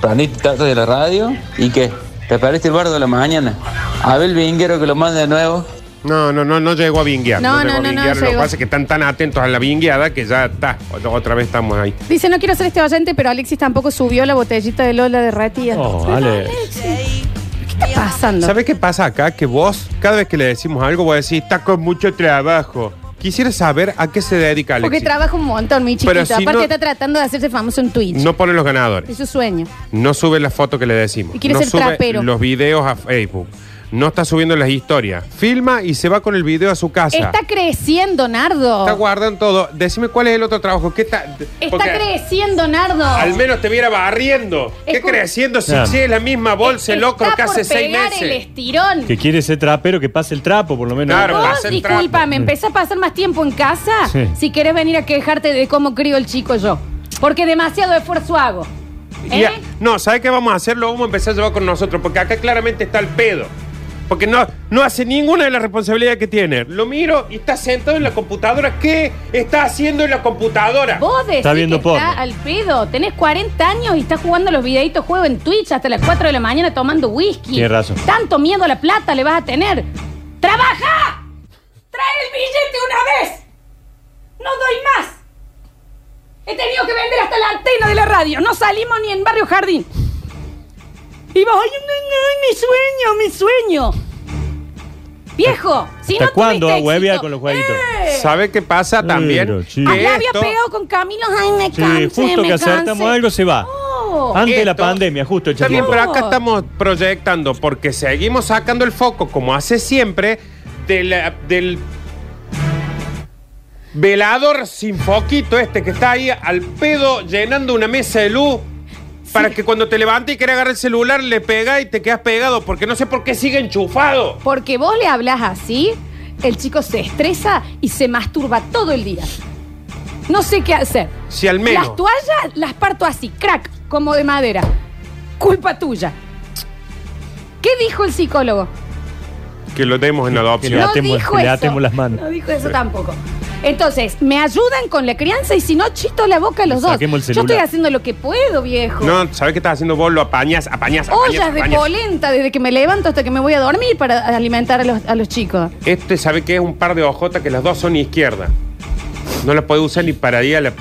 Speaker 19: Prendiste tarde de la radio y que te perdiste el bardo de la mañana. Abel Vinguero que lo manda de nuevo.
Speaker 2: No, no, no, no llegó a binguear.
Speaker 1: No,
Speaker 2: llegó
Speaker 1: no,
Speaker 2: a
Speaker 1: no, no
Speaker 2: binguear. Lo que
Speaker 1: llegó.
Speaker 2: pasa es que están tan atentos a la bingueada que ya está. ot- Otra vez estamos ahí.
Speaker 1: Dice, no quiero ser este oyente, pero Alexis tampoco subió la botellita de Lola de ratía.
Speaker 2: Oh, Ale.
Speaker 1: ¿Qué está pasando?
Speaker 2: ¿Sabes qué pasa acá? Que vos, cada vez que le decimos algo, vos decís, está con mucho trabajo. Quisiera saber a qué se dedica
Speaker 1: Porque
Speaker 2: Alexis.
Speaker 1: trabaja un montón, mi chiquito.
Speaker 2: Pero si
Speaker 1: Aparte
Speaker 2: no-
Speaker 1: está tratando de hacerse famoso en Twitch.
Speaker 2: No pone los ganadores.
Speaker 1: Es su sueño.
Speaker 2: No sube las fotos que le decimos.
Speaker 1: Y quiere
Speaker 2: no
Speaker 1: ser
Speaker 2: sube
Speaker 1: trapero.
Speaker 2: los videos a Facebook. No está subiendo las historias. Filma y se va con el video a su casa.
Speaker 1: Está creciendo, Nardo.
Speaker 2: Está guardando todo. Decime cuál es el otro trabajo. ¿Qué está?
Speaker 1: Está
Speaker 2: porque
Speaker 1: creciendo, Nardo.
Speaker 2: Al menos te viera barriendo. ¿Qué
Speaker 1: Escu-
Speaker 2: creciendo? Si
Speaker 3: Ah.
Speaker 2: si es la misma bolsa, el
Speaker 1: Está
Speaker 2: locro que
Speaker 1: por
Speaker 2: hace seis
Speaker 1: pegar
Speaker 2: meses.
Speaker 1: el estirón.
Speaker 3: Que quiere ser trapero, que pase el trapo, por lo menos.
Speaker 1: Vos, discúlpame, empecé a pasar más tiempo en casa
Speaker 3: Mm. Sí.
Speaker 1: si querés venir a quejarte de cómo crío el chico yo. Porque demasiado esfuerzo hago. ¿Eh?
Speaker 2: Y a- no, ¿sabes qué vamos a hacer? Lo vamos a empezar a llevar con nosotros, porque acá claramente está el pedo. Porque no, no hace ninguna de las responsabilidades que tiene. Lo miro y está sentado en la computadora. ¿Qué está haciendo en la computadora?
Speaker 1: Vos decís
Speaker 2: Está viendo
Speaker 1: que
Speaker 2: porno.
Speaker 1: está al pedo. Tenés 40 años y estás jugando los videitos juego en Twitch hasta las 4 de la mañana tomando whisky.
Speaker 3: Tienes razón.
Speaker 1: Tanto miedo a la plata le vas a tener. ¡Trabaja! ¡Trae el billete una vez! ¡No doy más! He tenido que vender hasta la antena de la radio. No salimos ni en Barrio Jardín. Y va, ay, no, no, mi sueño, mi sueño. Viejo, si
Speaker 2: ¿Hasta
Speaker 1: no tuviste
Speaker 2: cuándo va a huevear
Speaker 1: éxito,
Speaker 2: con los jueguitos?
Speaker 1: ¡eh!
Speaker 2: ¿Sabe qué pasa también?
Speaker 3: sí.
Speaker 1: Ah, la había
Speaker 2: Esto-
Speaker 1: pegado con Camilo, ay, me
Speaker 3: Sí,
Speaker 1: cansé,
Speaker 3: justo
Speaker 1: me
Speaker 3: que acertamos
Speaker 1: cansé.
Speaker 3: algo se va.
Speaker 1: No.
Speaker 3: Antes de la
Speaker 2: Esto-
Speaker 3: pandemia, justo,
Speaker 2: Está bien,
Speaker 3: chiquito.
Speaker 2: pero acá estamos proyectando porque seguimos sacando el foco, como hace siempre, de la- del velador sin foquito este que está ahí al pedo llenando una mesa de luz para que cuando te levantes y quieras agarrar el celular le pega y te quedas pegado porque no sé por qué sigue enchufado.
Speaker 1: Porque vos le hablas así, el chico se estresa y se masturba todo el día. No sé qué hacer.
Speaker 2: Si al menos...
Speaker 1: Las toallas las parto así, crack, como de madera. Culpa tuya. ¿Qué dijo el psicólogo?
Speaker 2: Que lo demos en
Speaker 3: Que le
Speaker 2: adopción.
Speaker 3: atemos,
Speaker 1: dijo
Speaker 3: que le
Speaker 1: eso.
Speaker 3: atemos las manos.
Speaker 1: No dijo eso tampoco. Entonces, me ayudan con la crianza y si no, chito la boca a los dos.
Speaker 2: Saquemos el
Speaker 1: Yo
Speaker 2: celular.
Speaker 1: estoy haciendo lo que puedo, viejo.
Speaker 2: No, ¿sabes qué estás haciendo vos? Lo apañas, apañas, apañas.
Speaker 1: Ollas de
Speaker 2: apañas.
Speaker 1: polenta desde que me levanto hasta que me voy a dormir para alimentar a los, a los chicos.
Speaker 2: Este sabe que es un par de ojotas que las dos son izquierdas. No las puede usar ni para día la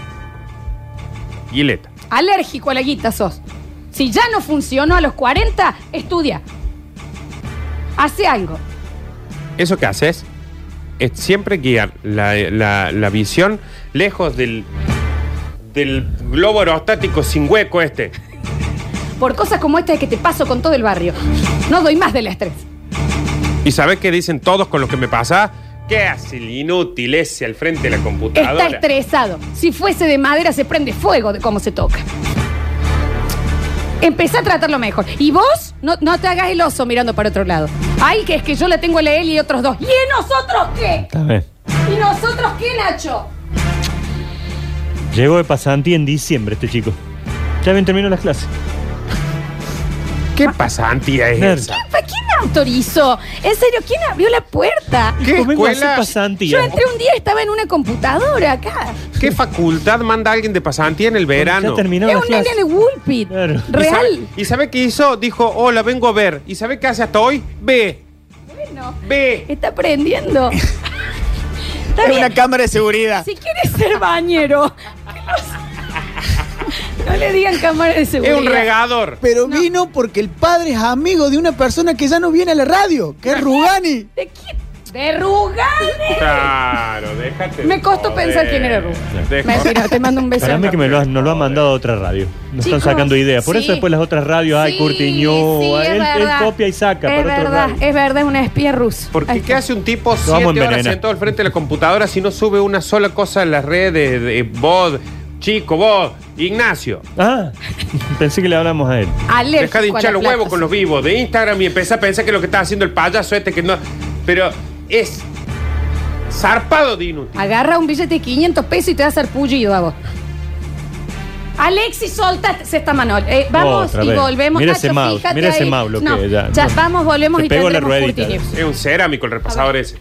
Speaker 2: guileta.
Speaker 1: Alérgico a la guita sos. Si ya no funcionó a los 40, estudia. Hace algo.
Speaker 2: Eso que haces es siempre guiar la, la- la visión lejos del, del globo aerostático sin hueco este.
Speaker 1: Por cosas como esta que te paso con todo el barrio. No doy más del estrés.
Speaker 2: ¿Y sabes qué dicen todos con lo que me pasa? ¿Qué hace el inútil ese al frente de la computadora?
Speaker 1: Está estresado. Si fuese de madera, se prende fuego de cómo se toca. Empezá a tratarlo mejor. Y vos no, no te hagas el oso mirando para otro lado. Ay, que es que yo la tengo a la él y otros dos. ¿Y en nosotros qué?
Speaker 3: Está bien.
Speaker 1: ¿Y nosotros qué, Nacho?
Speaker 3: Llegó de pasantía en diciembre este chico. Ya bien terminó las clases.
Speaker 2: ¿Qué pasantía es
Speaker 3: esa?
Speaker 1: ¿Para quién autorizó? En serio, ¿quién abrió la puerta?
Speaker 3: Pues
Speaker 2: ¿Qué Conmigo hace escuela?
Speaker 1: Yo
Speaker 2: pasantía.
Speaker 1: entré un día estaba en una computadora acá.
Speaker 2: ¿Qué facultad manda alguien de pasantía en el verano?
Speaker 1: es un nene de Woolpit.
Speaker 2: ¿Y sabe,
Speaker 1: Real.
Speaker 2: ¿Y sabe qué hizo? Dijo, hola, vengo a ver. ¿Y sabe qué hace hasta hoy? Ve.
Speaker 1: Bueno,
Speaker 2: ve.
Speaker 1: Está aprendiendo. es
Speaker 7: una cámara de seguridad.
Speaker 1: Si quieres ser bañero, que no- no le digan cámara de seguridad.
Speaker 2: regador.
Speaker 7: Pero vino porque el padre es amigo de una persona que ya no viene a la radio, que es Rugani.
Speaker 1: ¡De Rugani!
Speaker 2: Claro, déjate.
Speaker 1: Me costó
Speaker 2: joder.
Speaker 1: pensar quién era Rugani.
Speaker 2: Deja-
Speaker 1: Mentira, te mando un beso.
Speaker 3: Para mí que me lo han- nos lo han mandado a otra radio. Nos
Speaker 1: Chicos,
Speaker 3: están sacando ideas. Por
Speaker 1: sí.
Speaker 3: eso después las otras radios, ay, Curtiño,
Speaker 1: Sí, es
Speaker 3: él, él
Speaker 1: verdad.
Speaker 3: copia y saca
Speaker 1: Es
Speaker 3: para otras
Speaker 1: verdad,
Speaker 3: radios.
Speaker 1: es verdad, es una espía rusa.
Speaker 2: ¿Por qué, qué hace un tipo
Speaker 3: vamos a
Speaker 2: siete horas
Speaker 3: envenenar.
Speaker 2: sentado al frente de la computadora si no sube una sola cosa en las redes de vos, chico, vos, Ignacio?
Speaker 3: Ah, pensé que le hablamos a él.
Speaker 1: Alérgico
Speaker 2: Deja de
Speaker 1: a
Speaker 2: hinchar
Speaker 1: la
Speaker 2: los huevos
Speaker 1: plata,
Speaker 2: con los
Speaker 1: sí.
Speaker 2: vivos de Instagram y empieza a pensar que lo que está haciendo el payaso este que no. Pero es zarpado de inútil.
Speaker 1: Agarra un billete de 500 pesos y te das arpullido a vos. Alexis, solta se está Manol. Eh, vamos
Speaker 2: Otra
Speaker 1: y
Speaker 2: vez.
Speaker 1: volvemos.
Speaker 2: Mira ese mouse, mira ese mouse
Speaker 1: Maulo
Speaker 2: lo que ya-
Speaker 1: vamos, volvemos
Speaker 2: Te
Speaker 1: y
Speaker 2: pego la
Speaker 1: tendremos
Speaker 2: ruedita.
Speaker 1: Curti News.
Speaker 2: Es un cerámico el repasador ese.